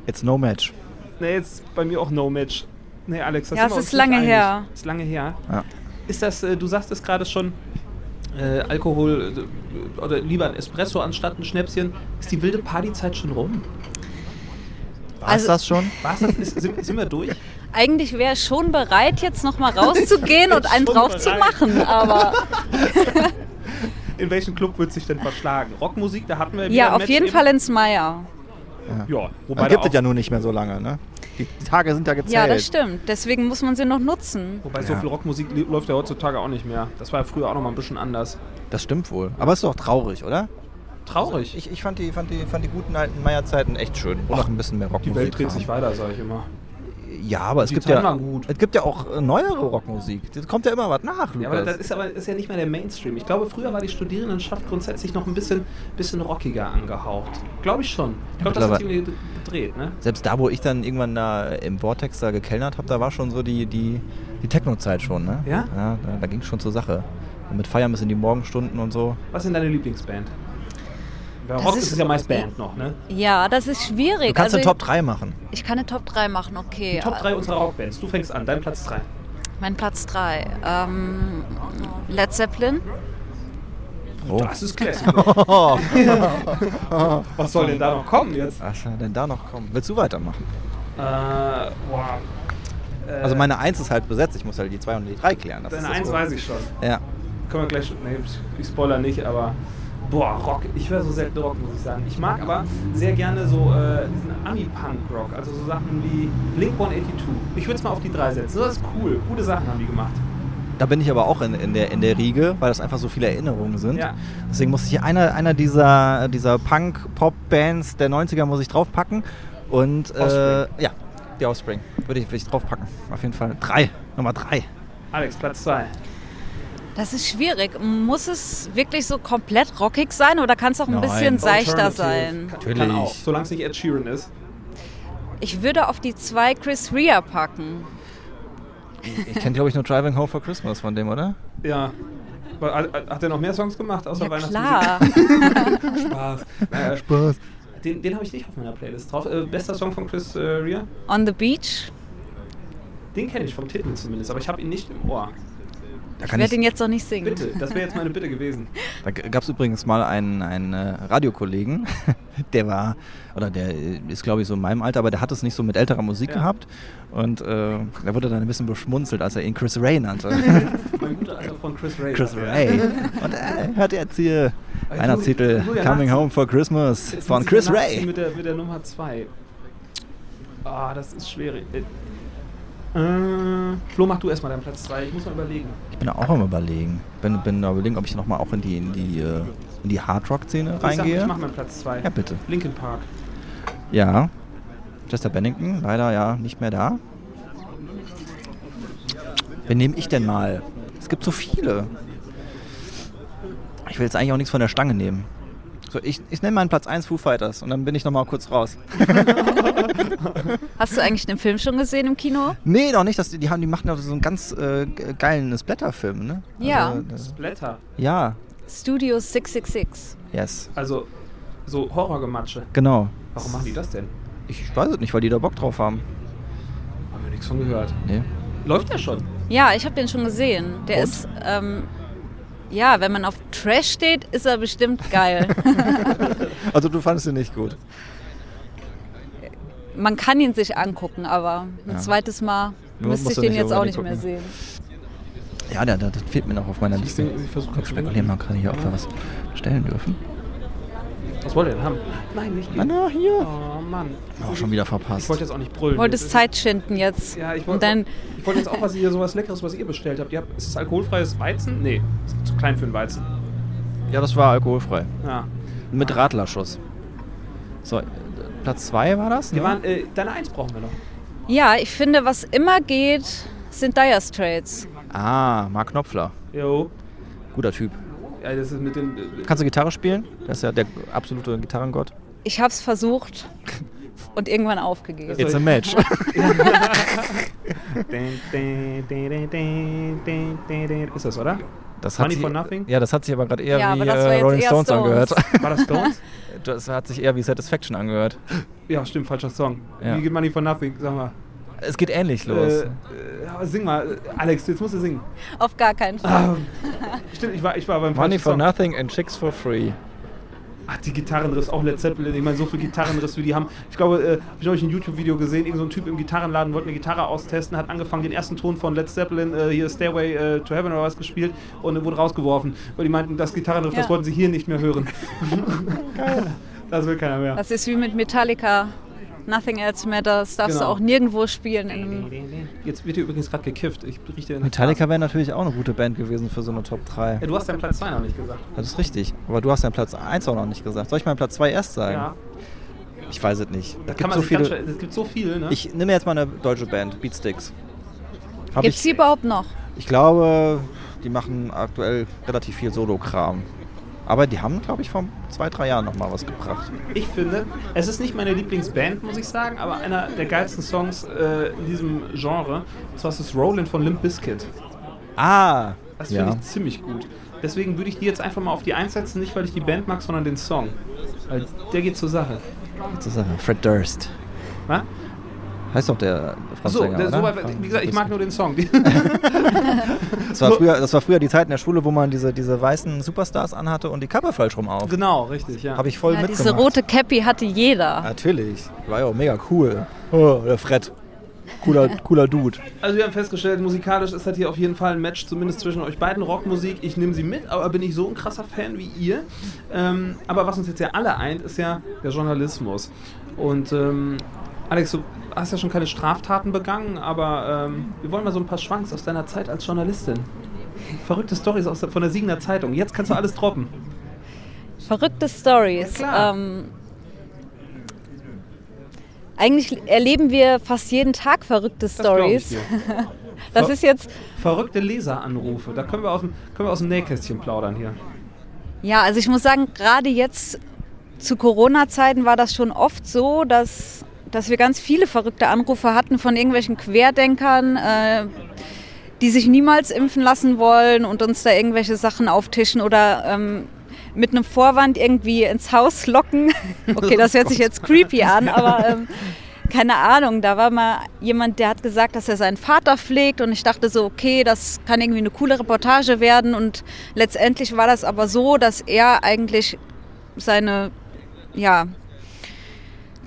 [SPEAKER 2] Jetzt no match.
[SPEAKER 3] Nee, jetzt bei mir auch No Match. Nee, Alex, das
[SPEAKER 4] Ja,
[SPEAKER 3] sind
[SPEAKER 4] es
[SPEAKER 3] wir uns
[SPEAKER 4] ist
[SPEAKER 3] nicht
[SPEAKER 4] lange
[SPEAKER 3] einig.
[SPEAKER 4] her.
[SPEAKER 3] Ist lange her.
[SPEAKER 2] Ja.
[SPEAKER 3] Ist das, äh, du sagst es gerade schon, äh, Alkohol äh, oder lieber ein Espresso anstatt ein Schnäpschen. Ist die wilde Partyzeit schon rum?
[SPEAKER 2] War
[SPEAKER 4] Also-
[SPEAKER 2] das schon?
[SPEAKER 3] War's das? Ist, sind, sind wir durch?
[SPEAKER 4] Eigentlich wäre ich schon bereit, jetzt nochmal rauszugehen und einen
[SPEAKER 3] Schon
[SPEAKER 4] drauf zu
[SPEAKER 3] bereit.
[SPEAKER 4] machen. Aber
[SPEAKER 3] In welchen Club wird sich denn verschlagen? Rockmusik, da hatten wir wieder
[SPEAKER 4] ja,
[SPEAKER 3] ein
[SPEAKER 4] auf
[SPEAKER 3] Match
[SPEAKER 4] jeden
[SPEAKER 3] eben.
[SPEAKER 4] Fall ins Meier.
[SPEAKER 3] Ja,
[SPEAKER 2] Dann
[SPEAKER 3] wobei da
[SPEAKER 2] gibt
[SPEAKER 3] auch,
[SPEAKER 2] es ja nur nicht mehr so lange, ne? Die die Tage sind ja gezählt.
[SPEAKER 4] Ja, das stimmt. Deswegen muss man sie noch nutzen.
[SPEAKER 3] Wobei so
[SPEAKER 2] Ja.
[SPEAKER 3] viel Rockmusik li- läuft ja heutzutage auch nicht mehr. Das war ja früher auch noch mal ein bisschen anders.
[SPEAKER 2] Das stimmt wohl. Aber ist doch traurig, oder?
[SPEAKER 3] Traurig.
[SPEAKER 2] Ich, ich fand, die, fand, die, fand die guten alten Meierzeiten echt schön. Und noch ein bisschen mehr Rockmusik.
[SPEAKER 3] die Welt dreht sich
[SPEAKER 2] haben.
[SPEAKER 3] weiter, sage ich immer.
[SPEAKER 2] Ja, aber es
[SPEAKER 3] Die
[SPEAKER 2] gibt
[SPEAKER 3] Zeiten
[SPEAKER 2] ja,
[SPEAKER 3] waren gut.
[SPEAKER 2] es gibt ja auch äh, neuere Rockmusik. Da kommt ja immer was nach, Lukas.
[SPEAKER 3] Ja, aber das ist aber ist ja nicht mehr der Mainstream. Ich glaube, früher war die Studierendenschaft grundsätzlich noch ein bisschen, bisschen rockiger angehaucht. Glaube ich schon. Ich glaube, das hat sich irgendwie gedreht, ne?
[SPEAKER 2] Selbst da, wo ich dann irgendwann da im Vortex da gekellnert habe, da war schon so die, die, die Techno-Zeit schon, ne?
[SPEAKER 3] Ja?
[SPEAKER 2] Ja, da, da ging es schon zur Sache. Und mit Feiern bis in die Morgenstunden und so.
[SPEAKER 3] Was ist denn deine Lieblingsband? Bei
[SPEAKER 4] Das
[SPEAKER 3] Rock
[SPEAKER 4] ist-
[SPEAKER 3] ist es ja meist Band noch, ne?
[SPEAKER 4] Ja, das ist schwierig.
[SPEAKER 2] Du kannst
[SPEAKER 4] also
[SPEAKER 2] eine Top 3 machen.
[SPEAKER 4] ich kann eine Top 3 machen, okay.
[SPEAKER 3] Die Top 3 unserer Rockbands. Du fängst an, dein Platz 3.
[SPEAKER 4] Mein Platz 3. Ähm, Led Zeppelin.
[SPEAKER 2] Oh.
[SPEAKER 3] Das ist Classic. Was soll denn da noch kommen jetzt?
[SPEAKER 2] Was soll denn da noch kommen? Willst du weitermachen?
[SPEAKER 3] Äh, wow. Äh,
[SPEAKER 2] Also meine 1 ist halt besetzt, ich muss halt die 2 und die 3 klären. Das
[SPEAKER 3] Deine
[SPEAKER 2] ist das
[SPEAKER 3] 1
[SPEAKER 2] so.
[SPEAKER 3] weiß ich schon.
[SPEAKER 2] Ja.
[SPEAKER 3] Können wir gleich. Nee, ich spoiler nicht, aber. Boah, Rock. Ich höre so selten Rock, muss ich sagen. Ich mag aber sehr gerne so äh, diesen Ami-Punk-Rock. Also so Sachen wie Blink 182. Ich würde es mal auf die 3 setzen. Das ist cool. Gute Sachen haben die gemacht.
[SPEAKER 2] Da bin ich aber auch in, in, der, in der Riege, weil das einfach so viele Erinnerungen sind.
[SPEAKER 3] Ja.
[SPEAKER 2] Deswegen muss ich einer, einer dieser, dieser Punk-Pop-Bands der 90er muss ich draufpacken. Und äh,
[SPEAKER 3] Offspring.
[SPEAKER 2] ja, die Offspring. Würde ich, würde ich draufpacken. Auf jeden Fall. Drei. Nummer drei.
[SPEAKER 3] Alex, Platz 2.
[SPEAKER 4] Das ist schwierig. Muss es wirklich so komplett rockig sein oder kann es auch ein
[SPEAKER 2] Nein.
[SPEAKER 4] bisschen seichter
[SPEAKER 3] Alternative.
[SPEAKER 4] sein?
[SPEAKER 3] Kann, kann auch.
[SPEAKER 2] Natürlich.
[SPEAKER 3] Solange es nicht Ed Sheeran ist.
[SPEAKER 4] Ich würde auf die 2 Chris Rea packen.
[SPEAKER 2] Ich kenne, glaube ich, nur Driving Home for Christmas von dem, oder?
[SPEAKER 3] Ja. Hat er noch mehr Songs gemacht außer
[SPEAKER 4] Ja,
[SPEAKER 3] Weihnachtsmusik?
[SPEAKER 4] klar.
[SPEAKER 3] Spaß. Naja,
[SPEAKER 2] Spaß.
[SPEAKER 3] den den habe ich nicht auf meiner Playlist drauf. Äh, bester Song von Chris äh, Rea?
[SPEAKER 4] On the Beach.
[SPEAKER 3] Den kenne ich vom Titel zumindest, aber ich habe ihn nicht im Ohr.
[SPEAKER 2] Da,
[SPEAKER 4] Ich
[SPEAKER 2] kann ich,
[SPEAKER 4] werde ihn jetzt noch nicht singen.
[SPEAKER 3] Bitte,
[SPEAKER 2] Mhm.
[SPEAKER 3] das wäre jetzt meine Bitte gewesen.
[SPEAKER 2] da gab es übrigens mal einen, einen äh, Radiokollegen, der war, oder der äh, ist glaube ich so in meinem Alter, aber der hat es nicht so mit älterer Musik
[SPEAKER 3] Ja.
[SPEAKER 2] gehabt. Und äh, da wurde dann ein bisschen beschmunzelt, als er ihn Chris Ray nannte.
[SPEAKER 3] Mein guter Alter von Chris Ray.
[SPEAKER 2] Chris Ray. Und äh, hört jetzt hier
[SPEAKER 3] Also,
[SPEAKER 2] Weihnachtstitel
[SPEAKER 3] Julia
[SPEAKER 2] Coming
[SPEAKER 3] Nazi.
[SPEAKER 2] Home for Christmas
[SPEAKER 3] Jetzt
[SPEAKER 2] von
[SPEAKER 3] muss ich
[SPEAKER 2] Chris
[SPEAKER 3] nachziehen
[SPEAKER 2] Ray.
[SPEAKER 3] Mit der, mit der Nummer 2. Ah, das ist schwierig. Äh, äh, Flo, mach du erstmal deinen Platz 2. Ich muss mal überlegen.
[SPEAKER 2] Ich bin auch am überlegen. Bin, bin da überlegen, ob ich nochmal auch in die, in die, äh, in die Hardrock-Szene
[SPEAKER 3] Ich, sag, ich
[SPEAKER 2] reingehe.
[SPEAKER 3] mach meinen Platz 2.
[SPEAKER 2] Ja, bitte.
[SPEAKER 3] Linkin Park.
[SPEAKER 2] Ja. Chester Bennington, leider ja nicht mehr da. Wen nehme ich denn mal? Es gibt so viele. Ich will jetzt eigentlich auch nichts von der Stange nehmen. So, ich, ich nenne meinen Platz 1 Foo Fighters und dann bin ich nochmal kurz raus.
[SPEAKER 4] Hast du eigentlich den Film schon gesehen im Kino?
[SPEAKER 2] Nee, noch nicht. Das, die, haben, die machen doch so einen ganz äh, ge- geilen Splatter-Film, ne?
[SPEAKER 4] Ja.
[SPEAKER 2] Also, das-
[SPEAKER 3] Blätter.
[SPEAKER 2] ja,
[SPEAKER 4] Studio 666.
[SPEAKER 2] yes.
[SPEAKER 3] Also, so Horrorgematsche.
[SPEAKER 2] Genau.
[SPEAKER 3] Warum machen die das denn?
[SPEAKER 2] Ich weiß es nicht, weil die da Bock drauf haben.
[SPEAKER 3] Haben wir nichts von gehört.
[SPEAKER 2] Nee.
[SPEAKER 3] Läuft ja schon.
[SPEAKER 4] Ja, ich habe den schon gesehen. Der
[SPEAKER 3] Und?
[SPEAKER 4] ist, ähm, ja, wenn man auf Trash steht, ist er bestimmt geil.
[SPEAKER 2] Also du fandest ihn nicht gut.
[SPEAKER 4] man kann ihn sich angucken, aber ein
[SPEAKER 2] Ja.
[SPEAKER 4] zweites Mal
[SPEAKER 2] Nur
[SPEAKER 4] müsste ich
[SPEAKER 2] musst du
[SPEAKER 4] den
[SPEAKER 2] nicht
[SPEAKER 4] jetzt auch nicht
[SPEAKER 2] unbedingt
[SPEAKER 4] mehr sehen.
[SPEAKER 2] Ja, da, da, das fehlt mir noch auf meiner
[SPEAKER 3] Ich
[SPEAKER 2] Liste.
[SPEAKER 3] denke, sie versuchen
[SPEAKER 2] Ich spekuliere mal gerade hier, ob wir was bestellen dürfen.
[SPEAKER 3] Was wollt ihr denn haben? Nein, nicht die.
[SPEAKER 2] Ah, na, hier.
[SPEAKER 3] Oh Mann.
[SPEAKER 2] Oh, schon wieder
[SPEAKER 3] Ich
[SPEAKER 2] verpasst.
[SPEAKER 3] wollte jetzt auch nicht brüllen.
[SPEAKER 4] Du wolltest Zeit schinden jetzt.
[SPEAKER 3] Ja, ich
[SPEAKER 4] Und
[SPEAKER 3] wollte
[SPEAKER 4] dann,
[SPEAKER 3] ich wollte jetzt auch was ihr sowas leckeres, was ihr bestellt habt. Ihr habt ist es alkoholfreies Weizen? Nee, ist zu klein für einen Weizen.
[SPEAKER 2] Ja, das war alkoholfrei.
[SPEAKER 3] Ja.
[SPEAKER 2] Mit Radlerschuss. So, äh, Platz 2 war das?
[SPEAKER 3] Wir
[SPEAKER 2] ne?
[SPEAKER 3] waren, äh, deine Eins brauchen wir noch.
[SPEAKER 4] ja, ich finde, was immer geht, sind Dire Straits.
[SPEAKER 2] ah, Mark Knopfler.
[SPEAKER 3] Jo.
[SPEAKER 2] Guter Typ.
[SPEAKER 3] Ja, das ist mit den. äh,
[SPEAKER 2] Kannst du Gitarre spielen? Das ist ja der absolute Gitarrengott.
[SPEAKER 4] Ich habe es versucht und irgendwann aufgegeben.
[SPEAKER 2] It's a match.
[SPEAKER 3] äh, Ist das, oder?
[SPEAKER 2] Das
[SPEAKER 3] Money
[SPEAKER 2] sie-
[SPEAKER 3] for nothing?
[SPEAKER 2] Ja, das hat sich aber gerade eher
[SPEAKER 4] Ja,
[SPEAKER 2] wie
[SPEAKER 4] aber das war
[SPEAKER 2] äh,
[SPEAKER 4] jetzt
[SPEAKER 2] Rolling
[SPEAKER 4] eher
[SPEAKER 2] Stones, angehört.
[SPEAKER 3] War das Stones?
[SPEAKER 2] Das hat sich eher wie Satisfaction angehört.
[SPEAKER 3] Ja, stimmt, falscher Song.
[SPEAKER 2] Ja.
[SPEAKER 3] Wie geht Money for Nothing? Sag mal.
[SPEAKER 2] Es geht ähnlich los.
[SPEAKER 3] Äh, äh, ja, sing mal. Äh, Alex, jetzt musst du singen.
[SPEAKER 4] Auf gar keinen Fall.
[SPEAKER 3] Ah, stimmt, ich war, ich war beim
[SPEAKER 2] Money
[SPEAKER 3] falschen
[SPEAKER 2] for
[SPEAKER 3] Song.
[SPEAKER 2] nothing and chicks for free.
[SPEAKER 3] Ach, die Gitarrenriss, auch Led Zeppelin. Ich meine, so viel Gitarrenriss, wie die haben. Ich glaube, äh, hab ich neulich ein YouTube-Video gesehen, irgend so ein Typ im Gitarrenladen wollte eine Gitarre austesten, hat angefangen, den ersten Ton von Led Zeppelin, äh, hier Stairway äh, to Heaven oder was gespielt und äh, wurde rausgeworfen. Weil die meinten, das Gitarrenriff, das
[SPEAKER 4] Ja.
[SPEAKER 3] wollten sie hier nicht mehr hören. Das will keiner mehr.
[SPEAKER 4] Das ist wie mit Metallica. Nothing else matters. Darfst
[SPEAKER 3] Genau.
[SPEAKER 4] du auch nirgendwo spielen. In einem
[SPEAKER 3] Jetzt wird hier übrigens gerade gekifft. Ich rieche dir
[SPEAKER 2] Metallica wäre natürlich auch eine gute Band gewesen für so eine Top 3.
[SPEAKER 3] Ja, du hast deinen Platz 2 noch nicht gesagt.
[SPEAKER 2] Das ist richtig. Aber du hast deinen Platz 1 auch noch nicht gesagt. Soll ich meinen Platz 2 erst sagen?
[SPEAKER 3] Ja.
[SPEAKER 2] Ich weiß es nicht. Es
[SPEAKER 3] Kann
[SPEAKER 2] gibt
[SPEAKER 3] man
[SPEAKER 2] so
[SPEAKER 3] sich ganz
[SPEAKER 2] viele.
[SPEAKER 3] schön- Es gibt so viele, ne?
[SPEAKER 2] Ich nehme jetzt mal eine deutsche Band, Beatsticks. Hab
[SPEAKER 4] Gibt es
[SPEAKER 2] ich,
[SPEAKER 4] die überhaupt noch?
[SPEAKER 2] ich glaube, die machen aktuell relativ viel Solo-Kram. Aber die haben, glaube ich, vor zwei, drei Jahren noch mal was gebracht.
[SPEAKER 3] Ich finde, es ist nicht meine Lieblingsband, muss ich sagen, aber einer der geilsten Songs äh, in diesem Genre. Und zwar ist es Roland von Limp Bizkit.
[SPEAKER 2] Ah!
[SPEAKER 3] Das finde
[SPEAKER 2] ja.
[SPEAKER 3] ich ziemlich gut. Deswegen würde ich die jetzt einfach mal auf die Eins setzen, nicht weil ich die Band mag, sondern den Song. Weil der geht zur Sache.
[SPEAKER 2] Jetzt ist er Fred Durst.
[SPEAKER 3] Na?
[SPEAKER 2] Heißt doch der
[SPEAKER 3] So,
[SPEAKER 2] Franzsänger,
[SPEAKER 3] der, so
[SPEAKER 2] oder?
[SPEAKER 3] weit- wie gesagt, ich mag nur den Song.
[SPEAKER 2] Das war, früher, das war früher die Zeit in der Schule, wo man diese, diese weißen Superstars anhatte und die Kappe falsch rum auf.
[SPEAKER 3] genau, richtig, ja.
[SPEAKER 2] Habe ich voll
[SPEAKER 4] Ja,
[SPEAKER 2] mitgemacht.
[SPEAKER 4] diese rote Cappy hatte jeder.
[SPEAKER 2] Natürlich. War ja auch mega cool. Oh, der Fred. Cooler, cooler Dude.
[SPEAKER 3] Also wir haben festgestellt, musikalisch ist das hier auf jeden Fall ein Match, zumindest zwischen euch beiden. Rockmusik, ich nehme sie mit, aber bin ich so ein krasser Fan wie ihr. Ähm, aber was uns jetzt ja alle eint, ist ja der Journalismus. Und ähm, Alex, du hast ja schon keine Straftaten begangen, aber ähm, wir wollen mal so ein paar Schwanks aus deiner Zeit als Journalistin. Verrückte Stories aus der, von der Siegener Zeitung. Jetzt kannst du alles droppen.
[SPEAKER 4] Verrückte Stories.
[SPEAKER 3] Ja, klar.
[SPEAKER 4] ähm, eigentlich erleben wir fast jeden Tag verrückte
[SPEAKER 3] Das glaub ich
[SPEAKER 4] Stories.
[SPEAKER 3] dir.
[SPEAKER 4] Das ist jetzt,
[SPEAKER 3] Verrückte Leseranrufe. Da können wir aus dem, können wir aus dem Nähkästchen plaudern hier.
[SPEAKER 4] ja, also ich muss sagen, gerade jetzt zu Corona-Zeiten war das schon oft so, dass, dass wir ganz viele verrückte Anrufe hatten von irgendwelchen Querdenkern, äh, die sich niemals impfen lassen wollen und uns da irgendwelche Sachen auftischen oder ähm, mit einem Vorwand irgendwie ins Haus locken. Okay, das hört sich jetzt creepy an, aber ähm, keine Ahnung, da war mal jemand, der hat gesagt, dass er seinen Vater pflegt und ich dachte so, okay, das kann irgendwie eine coole Reportage werden und letztendlich war das aber so, dass er eigentlich seine, ja,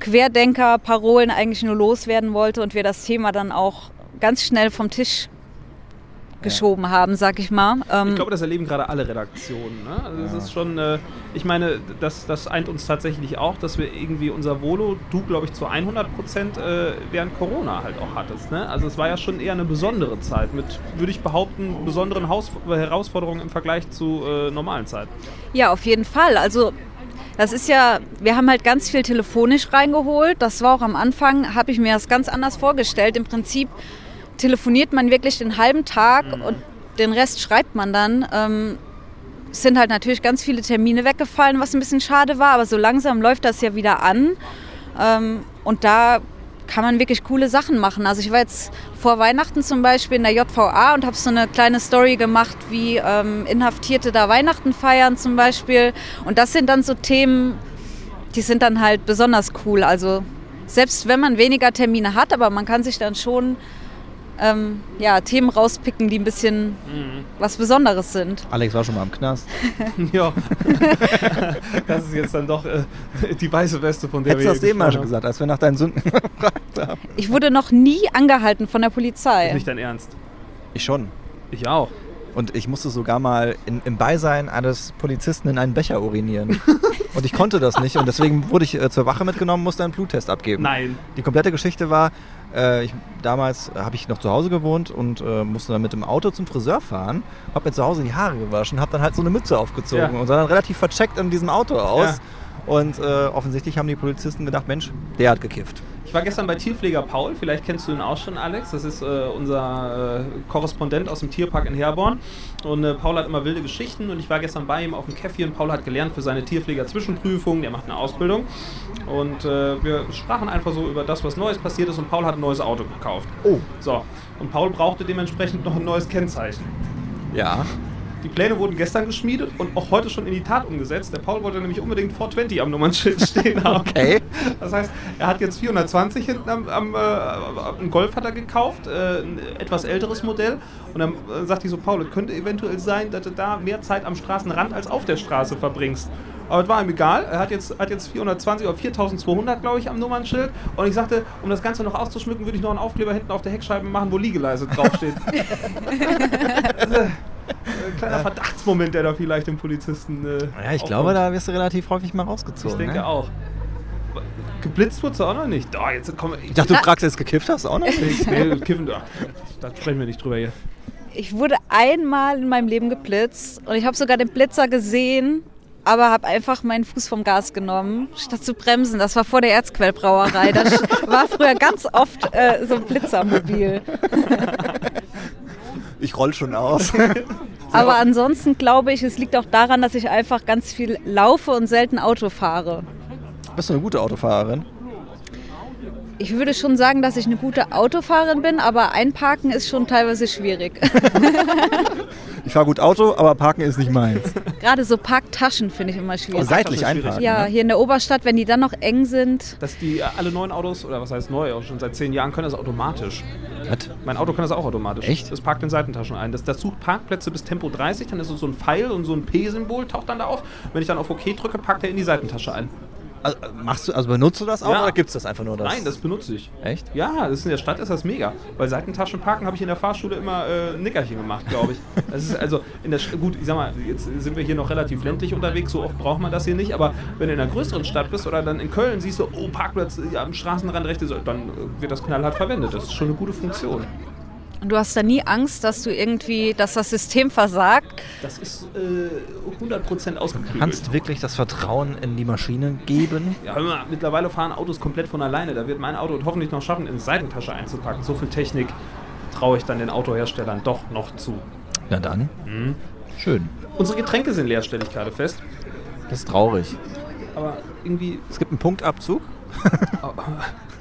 [SPEAKER 4] Querdenker-Parolen eigentlich nur loswerden wollte und wir das Thema dann auch ganz schnell vom Tisch geschoben haben, sag ich mal. Ähm,
[SPEAKER 2] Hm.
[SPEAKER 3] Ich glaube, das erleben gerade alle Redaktionen. Ne? Also es ist schon, äh, ich meine, das, das eint uns tatsächlich auch, dass wir irgendwie unser Volo, du glaube ich zu 100 Prozent äh, während Corona halt auch hattest. Ne? Also es war ja schon eher eine besondere Zeit mit, würde ich behaupten, besonderen Haus Herausforderungen im Vergleich zu äh, normalen Zeiten.
[SPEAKER 4] Ja, auf jeden Fall. Also das ist ja, wir haben halt ganz viel telefonisch reingeholt. Das war auch am Anfang, habe ich mir das ganz anders vorgestellt. Im Prinzip telefoniert man wirklich den halben Tag und den Rest schreibt man dann. Ähm, es sind halt natürlich ganz viele Termine weggefallen, was ein bisschen schade war, aber so langsam läuft das ja wieder an. Ähm, und da kann man wirklich coole Sachen machen. Also ich war jetzt vor Weihnachten zum Beispiel in der JVA und habe so eine kleine Story gemacht, wie ähm, Inhaftierte da Weihnachten feiern zum Beispiel. Und das sind dann so Themen, die sind dann halt besonders cool. Also selbst wenn man weniger Termine hat, aber man kann sich dann schon ähm, ja, Themen rauspicken, die ein bisschen was Besonderes sind.
[SPEAKER 2] Alex war schon mal im Knast.
[SPEAKER 3] Ja, das ist jetzt dann doch äh, die weiße Weste, von der
[SPEAKER 2] Hättest du das
[SPEAKER 3] hier
[SPEAKER 2] dem mal
[SPEAKER 3] gesprochen
[SPEAKER 2] schon
[SPEAKER 3] haben.
[SPEAKER 2] gesagt, als wir nach deinen Sünden gefragt haben.
[SPEAKER 4] Ich wurde noch nie angehalten von der Polizei.
[SPEAKER 3] Nicht dein Ernst.
[SPEAKER 2] Ich schon.
[SPEAKER 3] Ich auch.
[SPEAKER 2] Und ich musste sogar mal in, im Beisein eines Polizisten in einen Becher urinieren. und ich konnte das nicht. Und deswegen wurde ich äh, zur Wache mitgenommen, musste einen Bluttest abgeben.
[SPEAKER 3] Nein.
[SPEAKER 2] Die komplette Geschichte war, äh, ich, damals habe ich noch zu Hause gewohnt und äh, musste dann mit dem Auto zum Friseur fahren, habe mir zu Hause die Haare gewaschen, habe dann halt so eine Mütze aufgezogen
[SPEAKER 3] Ja.
[SPEAKER 2] und sah dann relativ vercheckt in diesem Auto aus.
[SPEAKER 3] Ja.
[SPEAKER 2] Und äh, offensichtlich haben die Polizisten gedacht, Mensch, der hat gekifft.
[SPEAKER 3] Ich war gestern bei Tierpfleger Paul, vielleicht kennst du ihn auch schon, Alex. Das ist äh, unser äh, Korrespondent aus dem Tierpark in Herborn. Und äh, Paul hat immer wilde Geschichten und ich war gestern bei ihm auf dem Käffi und Paul hat gelernt für seine Tierpfleger-Zwischenprüfung, der macht eine Ausbildung. Und äh, wir sprachen einfach so über das, was Neues passiert ist und Paul hat ein neues Auto gekauft.
[SPEAKER 2] Oh.
[SPEAKER 3] So, und Paul brauchte dementsprechend noch ein neues Kennzeichen.
[SPEAKER 2] Ja.
[SPEAKER 3] Die Pläne wurden gestern geschmiedet und auch heute schon in die Tat umgesetzt. Der Paul wollte nämlich unbedingt 420 am Nummernschild stehen haben.
[SPEAKER 2] Okay.
[SPEAKER 3] Das heißt, er hat jetzt 420 hinten am, am äh, einen Golf hat er gekauft, äh, ein etwas älteres Modell. Und dann äh, sagte ich so, Paul, es könnte eventuell sein, dass du da mehr Zeit am Straßenrand als auf der Straße verbringst. Aber es war ihm egal. Er hat jetzt, hat jetzt 420 oder 4200, glaube ich, am Nummernschild. Und ich sagte, um das Ganze noch auszuschmücken, würde ich noch einen Aufkleber hinten auf der Heckscheibe machen, wo Liegeleise draufsteht. Ein kleiner Verdachtsmoment, der da vielleicht dem Polizisten. Äh,
[SPEAKER 2] Ja, ich
[SPEAKER 3] aufkommt.
[SPEAKER 2] glaube, da wirst du relativ häufig mal
[SPEAKER 3] Ich
[SPEAKER 2] rausgezogen.
[SPEAKER 3] denke
[SPEAKER 2] ne?
[SPEAKER 3] auch. Geblitzt wurde auch noch nicht. Oh, jetzt komm, ich
[SPEAKER 2] Ich dachte, du
[SPEAKER 4] Ja.
[SPEAKER 2] fragst, jetzt gekifft hast auch noch?
[SPEAKER 3] nee, kiffen. ach, Da sprechen wir nicht drüber hier.
[SPEAKER 4] Ich wurde einmal in meinem Leben geblitzt und ich habe sogar den Blitzer gesehen, aber habe einfach meinen Fuß vom Gas genommen, statt zu bremsen. Das war vor der Erzquellbrauerei. Da sch- war früher ganz oft äh, so ein Blitzermobil.
[SPEAKER 2] Ich roll schon aus.
[SPEAKER 4] Aber ansonsten glaube ich, es liegt auch daran, dass ich einfach ganz viel laufe und selten Auto fahre.
[SPEAKER 2] Bist du eine gute Autofahrerin?
[SPEAKER 4] Ich würde schon sagen, dass ich eine gute Autofahrerin bin, aber einparken ist schon teilweise schwierig.
[SPEAKER 2] Ich fahre gut Auto, aber parken ist nicht meins.
[SPEAKER 4] Gerade so Parktaschen finde ich immer schwierig.
[SPEAKER 2] seitlich
[SPEAKER 3] das ist schwierig.
[SPEAKER 2] einparken.
[SPEAKER 4] Ja,
[SPEAKER 2] ne?
[SPEAKER 4] hier in der Oberstadt, wenn die dann noch eng sind.
[SPEAKER 3] Dass die äh, alle neuen Autos, oder was heißt neu, auch schon seit zehn Jahren, können das automatisch.
[SPEAKER 2] Was?
[SPEAKER 3] Mein Auto kann das auch automatisch.
[SPEAKER 2] Echt?
[SPEAKER 3] Es parkt in Seitentaschen ein. Das, das sucht Parkplätze bis Tempo 30, dann ist so ein Pfeil und so ein P-Symbol taucht dann da auf. Wenn ich dann auf OK drücke, parkt er in die Seitentasche ein.
[SPEAKER 2] Also, machst du, also benutzt du das auch
[SPEAKER 3] Ja.
[SPEAKER 2] oder gibt's das einfach nur das?
[SPEAKER 3] Nein, das benutze ich.
[SPEAKER 2] Echt?
[SPEAKER 3] Ja, das ist in der Stadt ist das mega. Weil Seitentaschen parken habe ich in der Fahrschule immer äh, ein Nickerchen gemacht, glaube ich. Das ist also in der Sch- gut, ich sag mal, jetzt sind wir hier noch relativ ländlich unterwegs, so oft braucht man das hier nicht, aber wenn du in einer größeren Stadt bist oder dann in Köln siehst du, oh, Parkplatz äh, am Straßenrand rechte, Seite, dann äh, wird das knallhart verwendet. Das ist schon eine gute Funktion.
[SPEAKER 4] Und du hast da nie Angst, dass du irgendwie, dass das System versagt.
[SPEAKER 3] Das ist äh, 100% ausgeklügelt.
[SPEAKER 2] Kannst du wirklich das Vertrauen in die Maschine geben?
[SPEAKER 3] Ja, hör mal, mittlerweile fahren Autos komplett von alleine. Da wird mein Auto es hoffentlich noch schaffen, in die Seitentasche einzupacken. So viel Technik traue ich dann den Autoherstellern doch noch zu.
[SPEAKER 2] Na dann. Schön.
[SPEAKER 3] Unsere Getränke sind leer, stelle ich gerade fest.
[SPEAKER 2] Das ist traurig.
[SPEAKER 3] Aber irgendwie,
[SPEAKER 2] Es gibt einen Punktabzug.
[SPEAKER 3] Oh,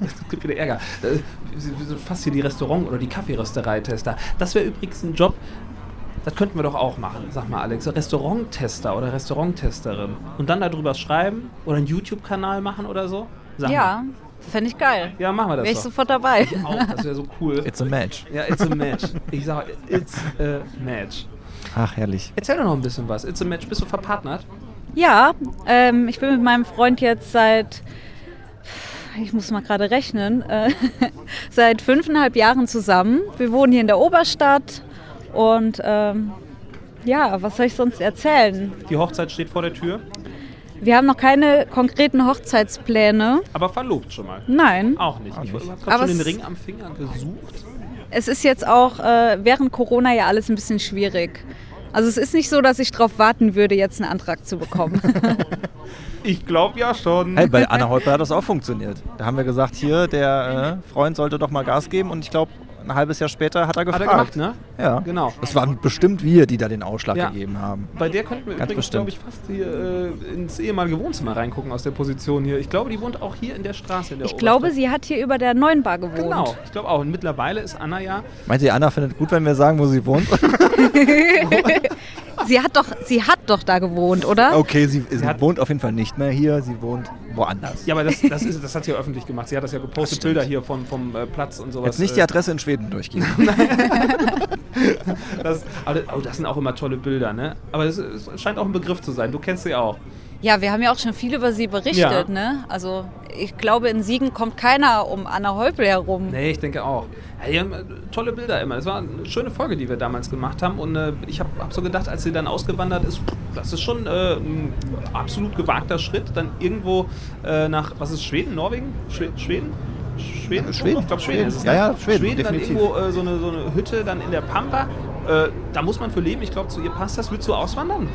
[SPEAKER 3] Es gibt wieder Ärger. Äh, Wir sind fast hier die Restaurant- oder die Kaffeerösterei-Tester. Das wäre übrigens ein Job, das könnten wir doch auch machen, sag mal Alex. Restauranttester oder Restauranttesterin. Und dann darüber schreiben oder einen YouTube-Kanal machen oder so. Sag
[SPEAKER 4] Ja,
[SPEAKER 3] Mal.
[SPEAKER 4] fände ich geil.
[SPEAKER 3] Ja, machen wir das
[SPEAKER 4] Wäre ich
[SPEAKER 3] doch.
[SPEAKER 4] sofort dabei.
[SPEAKER 3] Auch, das wäre so cool.
[SPEAKER 2] It's a match.
[SPEAKER 3] ja, it's a match. Ich sage, it's a match.
[SPEAKER 2] Ach, herrlich.
[SPEAKER 3] Erzähl doch noch ein bisschen was. It's a match. Bist du verpartnert?
[SPEAKER 4] Ja, ähm, ich bin mit meinem Freund jetzt seit, ich muss mal gerade rechnen, äh, seit fünfeinhalb Jahren zusammen. Wir wohnen hier in der Oberstadt und ähm, ja, was soll ich sonst erzählen?
[SPEAKER 3] Die Hochzeit steht vor der Tür,
[SPEAKER 4] Wir haben noch keine konkreten Hochzeitspläne.
[SPEAKER 3] aber verlobt schon mal.
[SPEAKER 4] Nein.
[SPEAKER 3] Auch Ah, nicht. Ich habe
[SPEAKER 4] Aber
[SPEAKER 3] gerade schon den
[SPEAKER 4] es-
[SPEAKER 3] Ring am Finger gesucht.
[SPEAKER 4] Es ist jetzt auch äh, während Corona ja alles ein bisschen schwierig. Also es ist nicht so, dass ich darauf warten würde, jetzt einen Antrag zu bekommen.
[SPEAKER 3] Ich glaube ja schon.
[SPEAKER 2] Hey, bei Anna Holper hat das auch funktioniert. Da haben wir gesagt, hier, der äh, Freund sollte doch mal Gas geben und ich glaube, ein halbes Jahr später hat er
[SPEAKER 3] Hat
[SPEAKER 2] gefragt.
[SPEAKER 3] er gemacht, ne?
[SPEAKER 2] Ja.
[SPEAKER 3] Genau.
[SPEAKER 2] Es waren bestimmt wir, die da den Ausschlag
[SPEAKER 3] Ja.
[SPEAKER 2] gegeben haben.
[SPEAKER 3] Bei der könnten wir
[SPEAKER 2] Ganz
[SPEAKER 3] übrigens,
[SPEAKER 2] bestimmt.
[SPEAKER 3] glaube ich, fast hier äh, ins ehemalige Wohnzimmer reingucken aus der Position hier. Ich glaube, die wohnt auch hier in der Straße. In der
[SPEAKER 4] Ich glaube,
[SPEAKER 3] Oberstadt.
[SPEAKER 4] sie hat hier über der neuen Bar gewohnt.
[SPEAKER 3] Genau, ich glaube auch. Und mittlerweile ist Anna ja.
[SPEAKER 2] Meint ihr, Anna findet gut, wenn wir sagen, wo sie wohnt?
[SPEAKER 4] Sie hat doch, sie hat doch da gewohnt, oder?
[SPEAKER 3] Oh.
[SPEAKER 2] Okay, sie, sie
[SPEAKER 3] hat-
[SPEAKER 2] wohnt auf jeden Fall nicht mehr hier, sie wohnt woanders.
[SPEAKER 3] Ja, aber das, das, ist, das hat sie ja öffentlich gemacht. Sie hat das ja gepostet,
[SPEAKER 2] stimmt.
[SPEAKER 3] Bilder hier von, vom äh, Platz und sowas.
[SPEAKER 2] Jetzt nicht die
[SPEAKER 3] äh,
[SPEAKER 2] Adresse in Schweden durchgehen.
[SPEAKER 3] das, aber, das- oh, das sind auch immer tolle Bilder, ne? Aber es, es scheint auch ein Begriff zu sein. Du kennst sie auch.
[SPEAKER 4] Ja, wir haben ja auch schon viel über sie berichtet,
[SPEAKER 3] Ja.
[SPEAKER 4] ne? Also ich glaube, in Siegen kommt keiner um Anna Häupl herum.
[SPEAKER 3] Nee, ich denke auch. Ja, die haben äh, tolle Bilder immer. Das war eine schöne Folge, die wir damals gemacht haben. Und äh, ich habe hab so gedacht, als sie dann ausgewandert ist, pff, das ist schon äh, ein absolut gewagter Schritt, dann irgendwo äh, nach, was ist Schweden, Norwegen? Schwe Schweden? Schweden?
[SPEAKER 2] Schweden.
[SPEAKER 3] Ich glaube, Schweden ist es.
[SPEAKER 2] Ja,
[SPEAKER 3] ne?
[SPEAKER 2] ja, Schweden,
[SPEAKER 3] Schweden dann
[SPEAKER 2] definitiv.
[SPEAKER 3] irgendwo äh, so, eine, so eine Hütte dann in der Pampa. Äh, da muss man für leben. Ich glaube, zu ihr passt das. Willst du auswandern?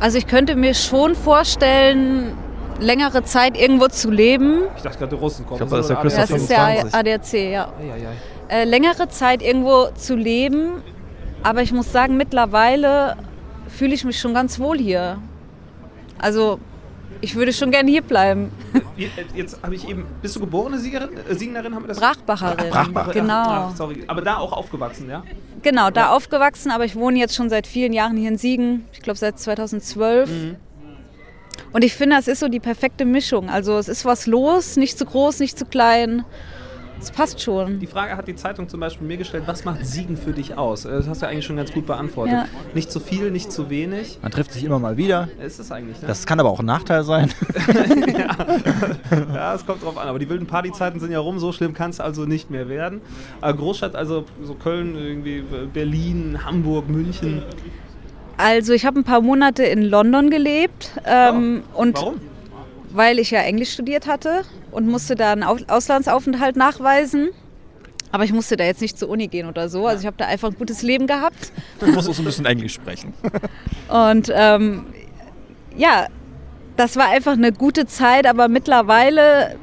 [SPEAKER 4] Also ich könnte mir schon vorstellen, längere Zeit irgendwo zu leben.
[SPEAKER 3] Ich dachte gerade, die Russen kommen.
[SPEAKER 2] Ich glaube, das ist der
[SPEAKER 4] Das
[SPEAKER 2] Christoph
[SPEAKER 4] ist ja
[SPEAKER 2] 25.
[SPEAKER 4] ADAC, ja.
[SPEAKER 3] Ja, ja, ja.
[SPEAKER 4] Äh, längere Zeit irgendwo zu leben, aber ich muss sagen, mittlerweile fühle ich mich schon ganz wohl hier. Also ich würde schon gerne hier bleiben.
[SPEAKER 3] Jetzt habe ich eben. Bist du geborene Siegerin? Äh, Siegenerin haben wir das?
[SPEAKER 4] Brachbacherin.
[SPEAKER 2] Brachbach.
[SPEAKER 4] Genau.
[SPEAKER 3] Ach, sorry. Aber da auch aufgewachsen, ja?
[SPEAKER 4] Genau, da aufgewachsen, aber ich wohne jetzt schon seit vielen Jahren hier in Siegen. Ich glaube seit 2012.
[SPEAKER 3] Mhm.
[SPEAKER 4] Und ich finde, es ist so die perfekte Mischung. Also es ist was los, nicht zu groß, nicht zu klein. Es passt schon.
[SPEAKER 3] Die Frage hat die Zeitung zum Beispiel mir gestellt, was macht Siegen für dich aus? Äh, Das hast du eigentlich schon ganz gut beantwortet.
[SPEAKER 4] Ja.
[SPEAKER 3] Nicht zu viel, nicht zu wenig.
[SPEAKER 2] Man trifft sich immer mal wieder.
[SPEAKER 3] Äh, Ist es eigentlich, ne?
[SPEAKER 2] Das kann aber auch ein Nachteil sein.
[SPEAKER 3] ja, es kommt drauf an. Aber die wilden Partyzeiten sind ja rum, so schlimm kann es also nicht mehr werden. Aber Großstadt, also so Köln, irgendwie äh, Berlin, Hamburg, München.
[SPEAKER 4] Also ich habe ein paar Monate in London gelebt. Ähm, und
[SPEAKER 3] Oh, Warum?
[SPEAKER 4] Weil ich ja Englisch studiert hatte und musste da einen Au- Auslandsaufenthalt nachweisen. Aber ich musste da jetzt nicht zur Uni gehen oder so. Also ich habe da einfach ein gutes Leben gehabt.
[SPEAKER 2] Du musst auch so ein bisschen Englisch sprechen.
[SPEAKER 4] Und ähm, ja, das war einfach eine gute Zeit, aber mittlerweile,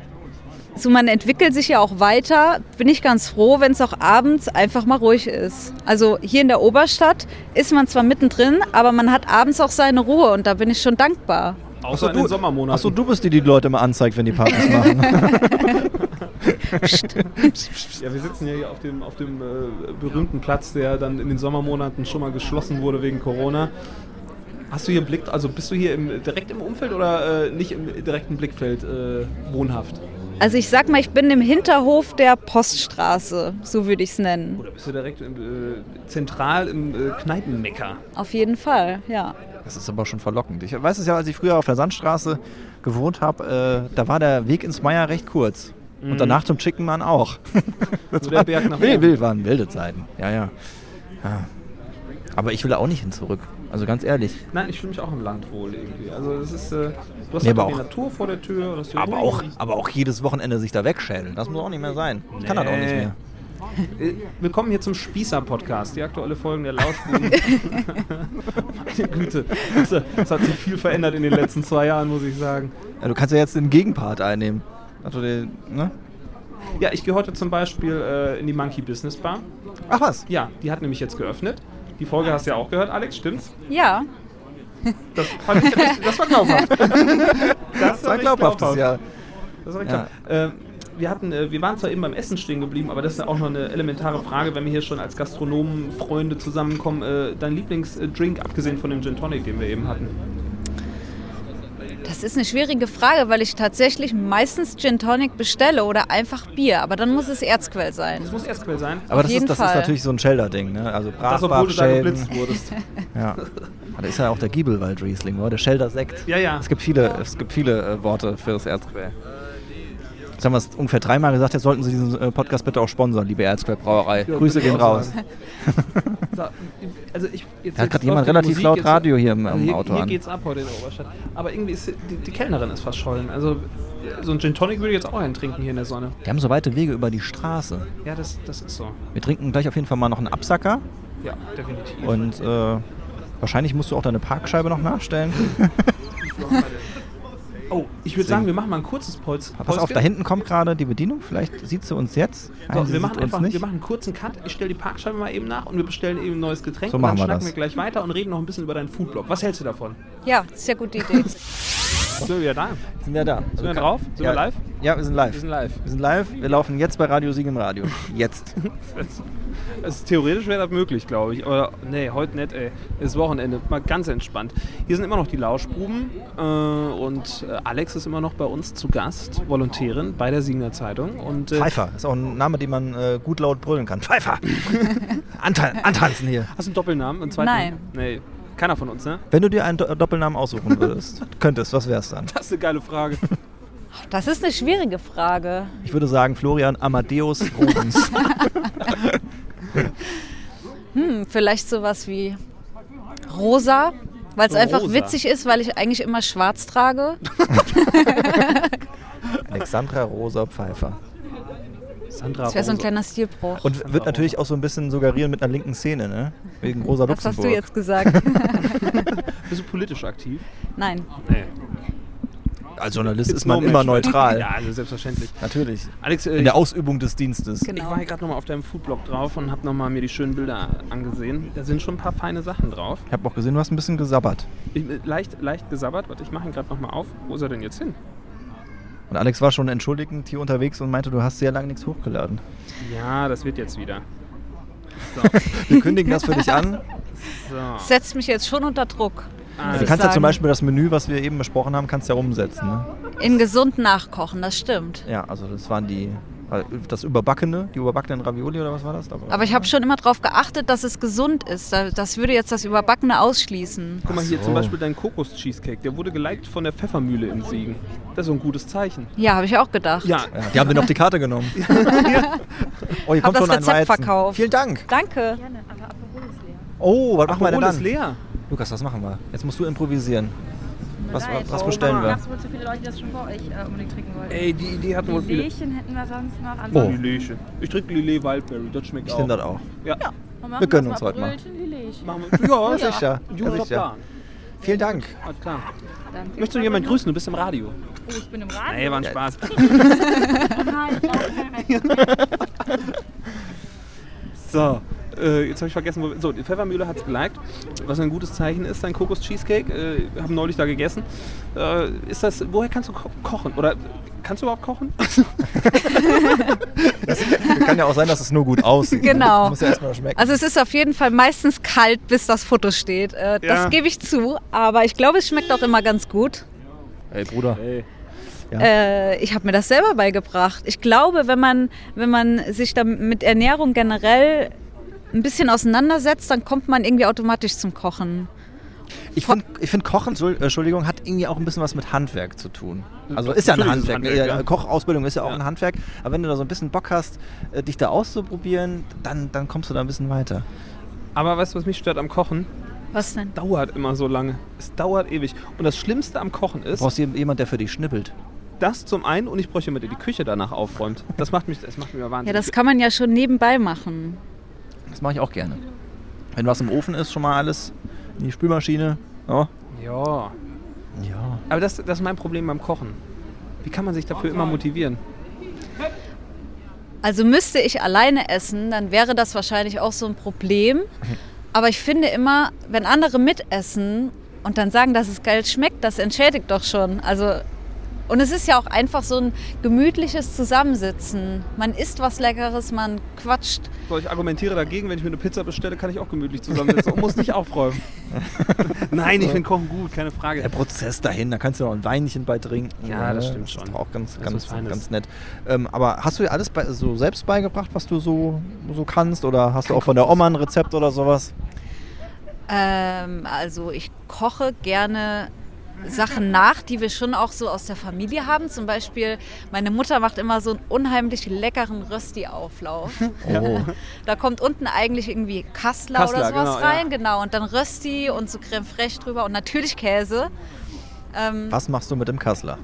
[SPEAKER 4] so man entwickelt sich ja auch weiter, bin ich ganz froh, wenn es auch abends einfach mal ruhig ist. Also hier in der Oberstadt ist man zwar mittendrin, aber man hat abends auch seine Ruhe und da bin ich schon dankbar.
[SPEAKER 3] Außer in den Sommermonaten.
[SPEAKER 2] Achso, du bist die, die die Leute immer anzeigt, wenn die Partys machen.
[SPEAKER 3] Ja, wir sitzen ja hier auf dem, auf dem äh, berühmten Platz, der dann in den Sommermonaten schon mal geschlossen wurde wegen Corona. Hast du hier Blick, also bist du hier im, direkt im Umfeld oder äh, nicht im direkten Blickfeld äh, wohnhaft?
[SPEAKER 4] Also ich sag mal, ich bin im Hinterhof der Poststraße, so würde ich es nennen.
[SPEAKER 3] Oder bist du direkt im, äh, zentral im äh, Kneipenmecker?
[SPEAKER 4] Auf jeden Fall, ja.
[SPEAKER 2] Das ist aber schon verlockend. Ich weiß es ja, als ich früher auf der Sandstraße gewohnt habe, äh, da war der Weg ins Meier recht kurz.
[SPEAKER 3] Mhm.
[SPEAKER 2] Und danach zum Chicken Man auch.
[SPEAKER 3] Nur der Berg nach
[SPEAKER 2] Will,
[SPEAKER 3] oben.
[SPEAKER 2] will waren wilde Zeiten. Ja, ja, ja. Aber ich will da auch nicht hin zurück. Also ganz ehrlich.
[SPEAKER 3] Nein, ich fühle mich auch im Land wohl irgendwie. Also es ist, äh, du hast
[SPEAKER 2] Nee,
[SPEAKER 3] halt
[SPEAKER 2] aber
[SPEAKER 3] die
[SPEAKER 2] auch-
[SPEAKER 3] Natur vor der Tür. du hast die
[SPEAKER 2] Aber
[SPEAKER 3] Ruhe.
[SPEAKER 2] auch, Mhm. aber auch jedes Wochenende sich da wegschädeln. Das muss auch nicht mehr sein. Ich Kann das auch nicht
[SPEAKER 3] Nee.
[SPEAKER 2] mehr.
[SPEAKER 3] Äh, Willkommen hier zum Spießer-Podcast, die aktuelle Folgen der Lauschbuben. Meine Güte, das, das hat sich viel verändert in den letzten zwei Jahren, muss ich sagen.
[SPEAKER 2] Ja, du kannst ja jetzt den Gegenpart einnehmen. Also den, ne?
[SPEAKER 3] Ja, ich gehe heute zum Beispiel äh, in die Monkey Business Bar.
[SPEAKER 2] Ach was.
[SPEAKER 3] Ja, die hat nämlich jetzt geöffnet. Die Folge hast du ja auch gehört, Alex, stimmt's?
[SPEAKER 4] Ja,
[SPEAKER 3] Das, fand ich, das war glaubhaft. Das,
[SPEAKER 2] Das war glaubhaft, das Jahr.
[SPEAKER 3] das ist klar. Äh, wir, hatten, äh, wir waren zwar eben beim Essen stehen geblieben, aber das ist ja auch noch eine elementare Frage, wenn wir hier schon als Gastronomen, Freunde zusammenkommen. Äh, dein Lieblingsdrink, abgesehen von dem Gin Tonic, den wir eben hatten?
[SPEAKER 4] Das ist eine schwierige Frage, weil ich tatsächlich meistens Gin Tonic bestelle oder einfach Bier. Aber dann muss es Erzquell sein.
[SPEAKER 3] Das muss Erstquell sein.
[SPEAKER 2] Aber das,
[SPEAKER 4] jeden
[SPEAKER 2] ist, das ist
[SPEAKER 4] Fall.
[SPEAKER 2] natürlich so ein Shelder-Ding, ne? Also
[SPEAKER 3] Das, obwohl
[SPEAKER 2] Brachbach,
[SPEAKER 3] du da
[SPEAKER 2] Schelden.
[SPEAKER 3] geblitzt wurdest.
[SPEAKER 2] Ja. Aber Da ist ja auch der Giebelwald Riesling, oder? Der Schelder Sekt.
[SPEAKER 3] Ja, ja.
[SPEAKER 2] Es gibt viele, es gibt viele äh, Worte für das Erzquell. Jetzt haben wir es ungefähr dreimal gesagt, jetzt sollten Sie diesen äh, Podcast bitte auch sponsern, liebe Erzquell-Brauerei.
[SPEAKER 3] Ja,
[SPEAKER 2] Grüße
[SPEAKER 3] würde ich
[SPEAKER 2] gehen
[SPEAKER 3] auch
[SPEAKER 2] raus.
[SPEAKER 3] sagen. So, also ich, jetzt,
[SPEAKER 2] Da hat
[SPEAKER 3] jetzt
[SPEAKER 2] gerade jemand
[SPEAKER 3] läuft die
[SPEAKER 2] relativ
[SPEAKER 3] Musik,
[SPEAKER 2] laut
[SPEAKER 3] jetzt-
[SPEAKER 2] Radio hier im, im
[SPEAKER 3] hier,
[SPEAKER 2] Auto
[SPEAKER 3] hier
[SPEAKER 2] an.
[SPEAKER 3] geht's ab heute in der Oberstadt. Aber irgendwie ist die, die Kellnerin ist verschollen. Also so ein Gin Tonic würde ich jetzt auch einen trinken hier in der Sonne.
[SPEAKER 2] Die haben so weite Wege über die Straße.
[SPEAKER 3] Ja, das, das ist so.
[SPEAKER 2] Wir trinken gleich auf jeden Fall mal noch einen Absacker
[SPEAKER 3] Ja, definitiv.
[SPEAKER 2] und äh, wahrscheinlich musst du auch deine Parkscheibe noch nachstellen.
[SPEAKER 3] Hm, oh, ich würde sagen, wir machen mal ein kurzes Polz.
[SPEAKER 2] Pass auf,
[SPEAKER 3] Päuschen.
[SPEAKER 2] da hinten kommt gerade die Bedienung. Vielleicht sieht sie uns jetzt. Nein,
[SPEAKER 3] So,
[SPEAKER 2] sie
[SPEAKER 3] wir
[SPEAKER 2] sieht
[SPEAKER 3] machen
[SPEAKER 2] uns
[SPEAKER 3] einfach,
[SPEAKER 2] nicht.
[SPEAKER 3] wir machen einen kurzen Cut. Ich stelle die Parkscheibe mal eben nach und wir bestellen eben ein neues Getränk.
[SPEAKER 2] So
[SPEAKER 3] und dann
[SPEAKER 2] machen wir
[SPEAKER 3] schnacken
[SPEAKER 2] das.
[SPEAKER 3] wir gleich weiter und reden noch ein bisschen über deinen Foodblog. Was hältst du davon?
[SPEAKER 4] Ja, sehr gute Idee.
[SPEAKER 3] Sind wir wieder da?
[SPEAKER 2] sind wir da. Sind
[SPEAKER 3] wir drauf? Sind wir
[SPEAKER 2] ja,
[SPEAKER 3] live?
[SPEAKER 2] Ja, wir sind live.
[SPEAKER 3] Also Wir sind live.
[SPEAKER 2] Wir sind live. Wir laufen jetzt bei Radio Sieg im Radio. Jetzt.
[SPEAKER 3] Es ist Also theoretisch wäre das möglich, glaube ich. Aber nee, heute nicht, ey. Ist Wochenende. Mal ganz entspannt. Hier sind immer noch die Lauschbuben. Äh, und äh, Alex ist immer noch bei uns zu Gast, Volontärin bei der Siegener Zeitung. Und äh,
[SPEAKER 2] Pfeiffer ist auch ein Name, den man äh, gut laut brüllen kann. Pfeiffer! Antan antanzen hier.
[SPEAKER 3] hast du einen Doppelnamen? Einen zweiten?
[SPEAKER 4] Nein.
[SPEAKER 3] Nee, keiner von uns, ne?
[SPEAKER 2] Wenn du dir einen Do äh, Doppelnamen aussuchen würdest, könntest, was wär's dann?
[SPEAKER 3] Das ist eine geile Frage.
[SPEAKER 4] Das ist eine schwierige Frage.
[SPEAKER 2] Ich würde sagen Florian Amadeus Rodens.
[SPEAKER 4] Hm, vielleicht sowas wie rosa, weil es einfach
[SPEAKER 3] Rosa.
[SPEAKER 4] witzig ist, weil ich eigentlich immer schwarz trage.
[SPEAKER 2] Alexandra Rosa Pfeiffer.
[SPEAKER 3] Sandra.
[SPEAKER 4] Das wäre so ein
[SPEAKER 3] Rosa.
[SPEAKER 4] kleiner Stilbruch.
[SPEAKER 2] Und wird natürlich auch so ein bisschen suggerieren mit einer linken Szene, ne? Wegen Rosa
[SPEAKER 4] Was hast
[SPEAKER 2] Luxemburg.
[SPEAKER 4] du jetzt gesagt?
[SPEAKER 3] Bist du politisch aktiv?
[SPEAKER 4] Nein.
[SPEAKER 3] Nee.
[SPEAKER 2] Als Journalist
[SPEAKER 3] It's
[SPEAKER 2] ist man
[SPEAKER 3] no
[SPEAKER 2] immer
[SPEAKER 3] match.
[SPEAKER 2] neutral.
[SPEAKER 3] Ja, also selbstverständlich.
[SPEAKER 2] Natürlich.
[SPEAKER 3] Alex, äh,
[SPEAKER 2] In der Ausübung des Dienstes.
[SPEAKER 4] Genau.
[SPEAKER 3] Ich war hier gerade nochmal auf deinem Foodblog drauf und habe nochmal mir die schönen Bilder angesehen. Da sind schon ein paar feine Sachen drauf.
[SPEAKER 2] Ich habe auch gesehen, du hast ein bisschen gesabbert.
[SPEAKER 3] Ich, äh, leicht, leicht gesabbert. Warte, ich mache ihn gerade nochmal auf. Wo ist er denn jetzt hin?
[SPEAKER 2] Und Alex war schon entschuldigend hier unterwegs und meinte, du hast sehr lange nichts hochgeladen.
[SPEAKER 3] Ja, das wird jetzt wieder. So.
[SPEAKER 2] Wir kündigen das für dich an.
[SPEAKER 3] so.
[SPEAKER 4] Setzt mich jetzt schon unter Druck.
[SPEAKER 2] Ah. Du
[SPEAKER 3] Also,
[SPEAKER 2] kannst ja
[SPEAKER 4] sagen-
[SPEAKER 2] zum Beispiel das Menü, was wir eben besprochen haben, kannst ja umsetzen. Ne?
[SPEAKER 4] In gesund nachkochen, das stimmt.
[SPEAKER 2] Ja, also das waren die, das überbackene, die überbackenen Ravioli oder was war das?
[SPEAKER 4] Aber ich habe schon immer darauf geachtet, dass es gesund ist. Da- Das würde jetzt das Überbackene ausschließen.
[SPEAKER 3] guck mal
[SPEAKER 2] Ach
[SPEAKER 3] hier
[SPEAKER 2] so.
[SPEAKER 3] zum Beispiel dein Kokos-Cheesecake. Der wurde geliked von der Pfeffermühle in Siegen. Das ist so ein gutes Zeichen.
[SPEAKER 4] Ja, habe ich auch gedacht.
[SPEAKER 3] Ja,
[SPEAKER 2] ja, die haben den auf die Karte genommen. oh, hier
[SPEAKER 4] Hab
[SPEAKER 2] kommt
[SPEAKER 4] das
[SPEAKER 2] schon ein
[SPEAKER 4] Rezept
[SPEAKER 2] Weizen.
[SPEAKER 4] verkauft.
[SPEAKER 2] Vielen Dank.
[SPEAKER 4] Danke.
[SPEAKER 2] Oh, was machen wir denn
[SPEAKER 3] Aperol ist
[SPEAKER 2] dann?
[SPEAKER 3] leer.
[SPEAKER 2] Lukas, was machen wir? Jetzt musst du improvisieren. Was,
[SPEAKER 5] Leid.
[SPEAKER 2] was bestellen wir?
[SPEAKER 5] Es wohl zu viele Leute, die das schon vor euch äh, unbedingt trinken wollten.
[SPEAKER 3] Ey, die Idee hatten wohl viele.
[SPEAKER 5] Lillächen hätten wir sonst noch.
[SPEAKER 2] Oh.
[SPEAKER 3] Liléchen. Ich trinke Lillet Wildberry. Das schmeckt
[SPEAKER 2] Ich
[SPEAKER 3] auch.
[SPEAKER 2] nehme das auch.
[SPEAKER 3] Ja. ja.
[SPEAKER 5] machen
[SPEAKER 2] wir gönnen
[SPEAKER 5] das
[SPEAKER 2] uns heute mal.
[SPEAKER 5] Brötchen Lillächen.
[SPEAKER 3] Machen wir. Ja,
[SPEAKER 2] Ja, sicher.
[SPEAKER 3] Guter
[SPEAKER 2] Ja, sicher.
[SPEAKER 3] Plan.
[SPEAKER 2] Vielen Dank.
[SPEAKER 3] Alles klar.
[SPEAKER 5] Dann-
[SPEAKER 3] Möchtest du jemanden grüßen? Du bist im Radio.
[SPEAKER 5] Oh, ich bin im Rad.
[SPEAKER 3] Nee, war ein Spaß.
[SPEAKER 5] Nein, ich glaube, ich bin weg.
[SPEAKER 3] So, äh, jetzt habe ich vergessen, wo wir, So, die Pfeffermühle hat es geliked, was ein gutes Zeichen ist, dein Kokos-Cheesecake. Äh, wir haben neulich da gegessen. Äh, ist das, woher kannst du ko kochen? Oder äh, kannst du überhaupt kochen?
[SPEAKER 2] Kann ja auch sein, dass es nur gut aussieht.
[SPEAKER 4] Genau.
[SPEAKER 2] Muss ja erstmal schmecken.
[SPEAKER 4] Also es ist auf jeden Fall meistens kalt, bis das Foto steht.
[SPEAKER 3] Ja.
[SPEAKER 4] Äh, Das gebe ich zu, aber ich glaube, es schmeckt auch immer ganz gut.
[SPEAKER 2] Ey, Bruder.
[SPEAKER 3] Ey,
[SPEAKER 4] Äh, ich habe mir das selber beigebracht. Ich glaube, wenn man, wenn man sich da mit Ernährung generell ein bisschen auseinandersetzt, dann kommt man irgendwie automatisch zum Kochen.
[SPEAKER 2] Ich finde, ich find Kochen, Entschuld- äh, Entschuldigung, hat irgendwie auch ein bisschen was mit Handwerk zu tun. Also ist ja ein
[SPEAKER 3] Natürlich ist es
[SPEAKER 2] Handwerk.
[SPEAKER 3] Handwerk,
[SPEAKER 2] ja.
[SPEAKER 3] ja.
[SPEAKER 2] Kochausbildung ist ja auch
[SPEAKER 3] Ja.
[SPEAKER 2] ein Handwerk. Aber wenn du da so ein bisschen Bock hast, äh, dich da auszuprobieren, dann, dann kommst du da ein bisschen weiter.
[SPEAKER 3] Aber weißt du, was mich stört am Kochen?
[SPEAKER 4] Was denn?
[SPEAKER 3] Dauert immer so lange. Es dauert ewig. Und das Schlimmste am Kochen
[SPEAKER 2] Du
[SPEAKER 3] ist,
[SPEAKER 2] brauchst jem- jemand, der für dich schnippelt.
[SPEAKER 3] das zum einen und ich bräuchte jemanden, der die Küche danach aufräumt. Das macht mich, das macht mich immer
[SPEAKER 4] Ja,
[SPEAKER 3] wahnsinnig.
[SPEAKER 4] das kann man ja schon nebenbei machen.
[SPEAKER 2] Das mache ich auch gerne. Wenn was im Ofen ist, schon mal alles in die Spülmaschine. ne? Ja.
[SPEAKER 3] ja.
[SPEAKER 2] Ja.
[SPEAKER 3] Aber das, das ist mein Problem beim Kochen. Wie kann man sich dafür immer motivieren?
[SPEAKER 4] Also müsste ich alleine essen, dann wäre das wahrscheinlich auch so ein Problem. Aber ich finde immer, wenn andere mitessen und dann sagen, dass es geil schmeckt, das entschädigt doch schon. Also Und es ist ja auch einfach so ein gemütliches Zusammensitzen. Man isst was Leckeres, man quatscht.
[SPEAKER 3] So, ich argumentiere dagegen, wenn ich mir eine Pizza bestelle, kann ich auch gemütlich zusammensitzen und muss nicht aufräumen. Nein, ich finde Kochen gut, keine Frage.
[SPEAKER 2] Der Prozess dahin, da kannst du noch ein Weinchen bei trinken. ne?
[SPEAKER 3] Ja, das stimmt
[SPEAKER 2] Ist
[SPEAKER 3] schon.
[SPEAKER 2] doch auch ganz,
[SPEAKER 3] Das
[SPEAKER 2] ganz,
[SPEAKER 3] ist was Feines.
[SPEAKER 2] ganz nett. Ähm, aber hast du dir alles bei, so selbst beigebracht, was du so, so kannst? Oder hast du auch von der Oma ein Rezept oder sowas?
[SPEAKER 4] Ähm, also ich koche gerne Sachen nach, die wir schon auch so aus der Familie haben. Zum Beispiel, meine Mutter macht immer so einen unheimlich leckeren Rösti-Auflauf.
[SPEAKER 2] Oh.
[SPEAKER 4] Da kommt unten eigentlich irgendwie Kassler,
[SPEAKER 3] Kassler,
[SPEAKER 4] oder sowas
[SPEAKER 3] genau, ja.
[SPEAKER 4] rein, genau. Und dann Rösti und so Creme fraiche drüber und natürlich Käse. Ähm,
[SPEAKER 2] Was machst du mit dem Kassler?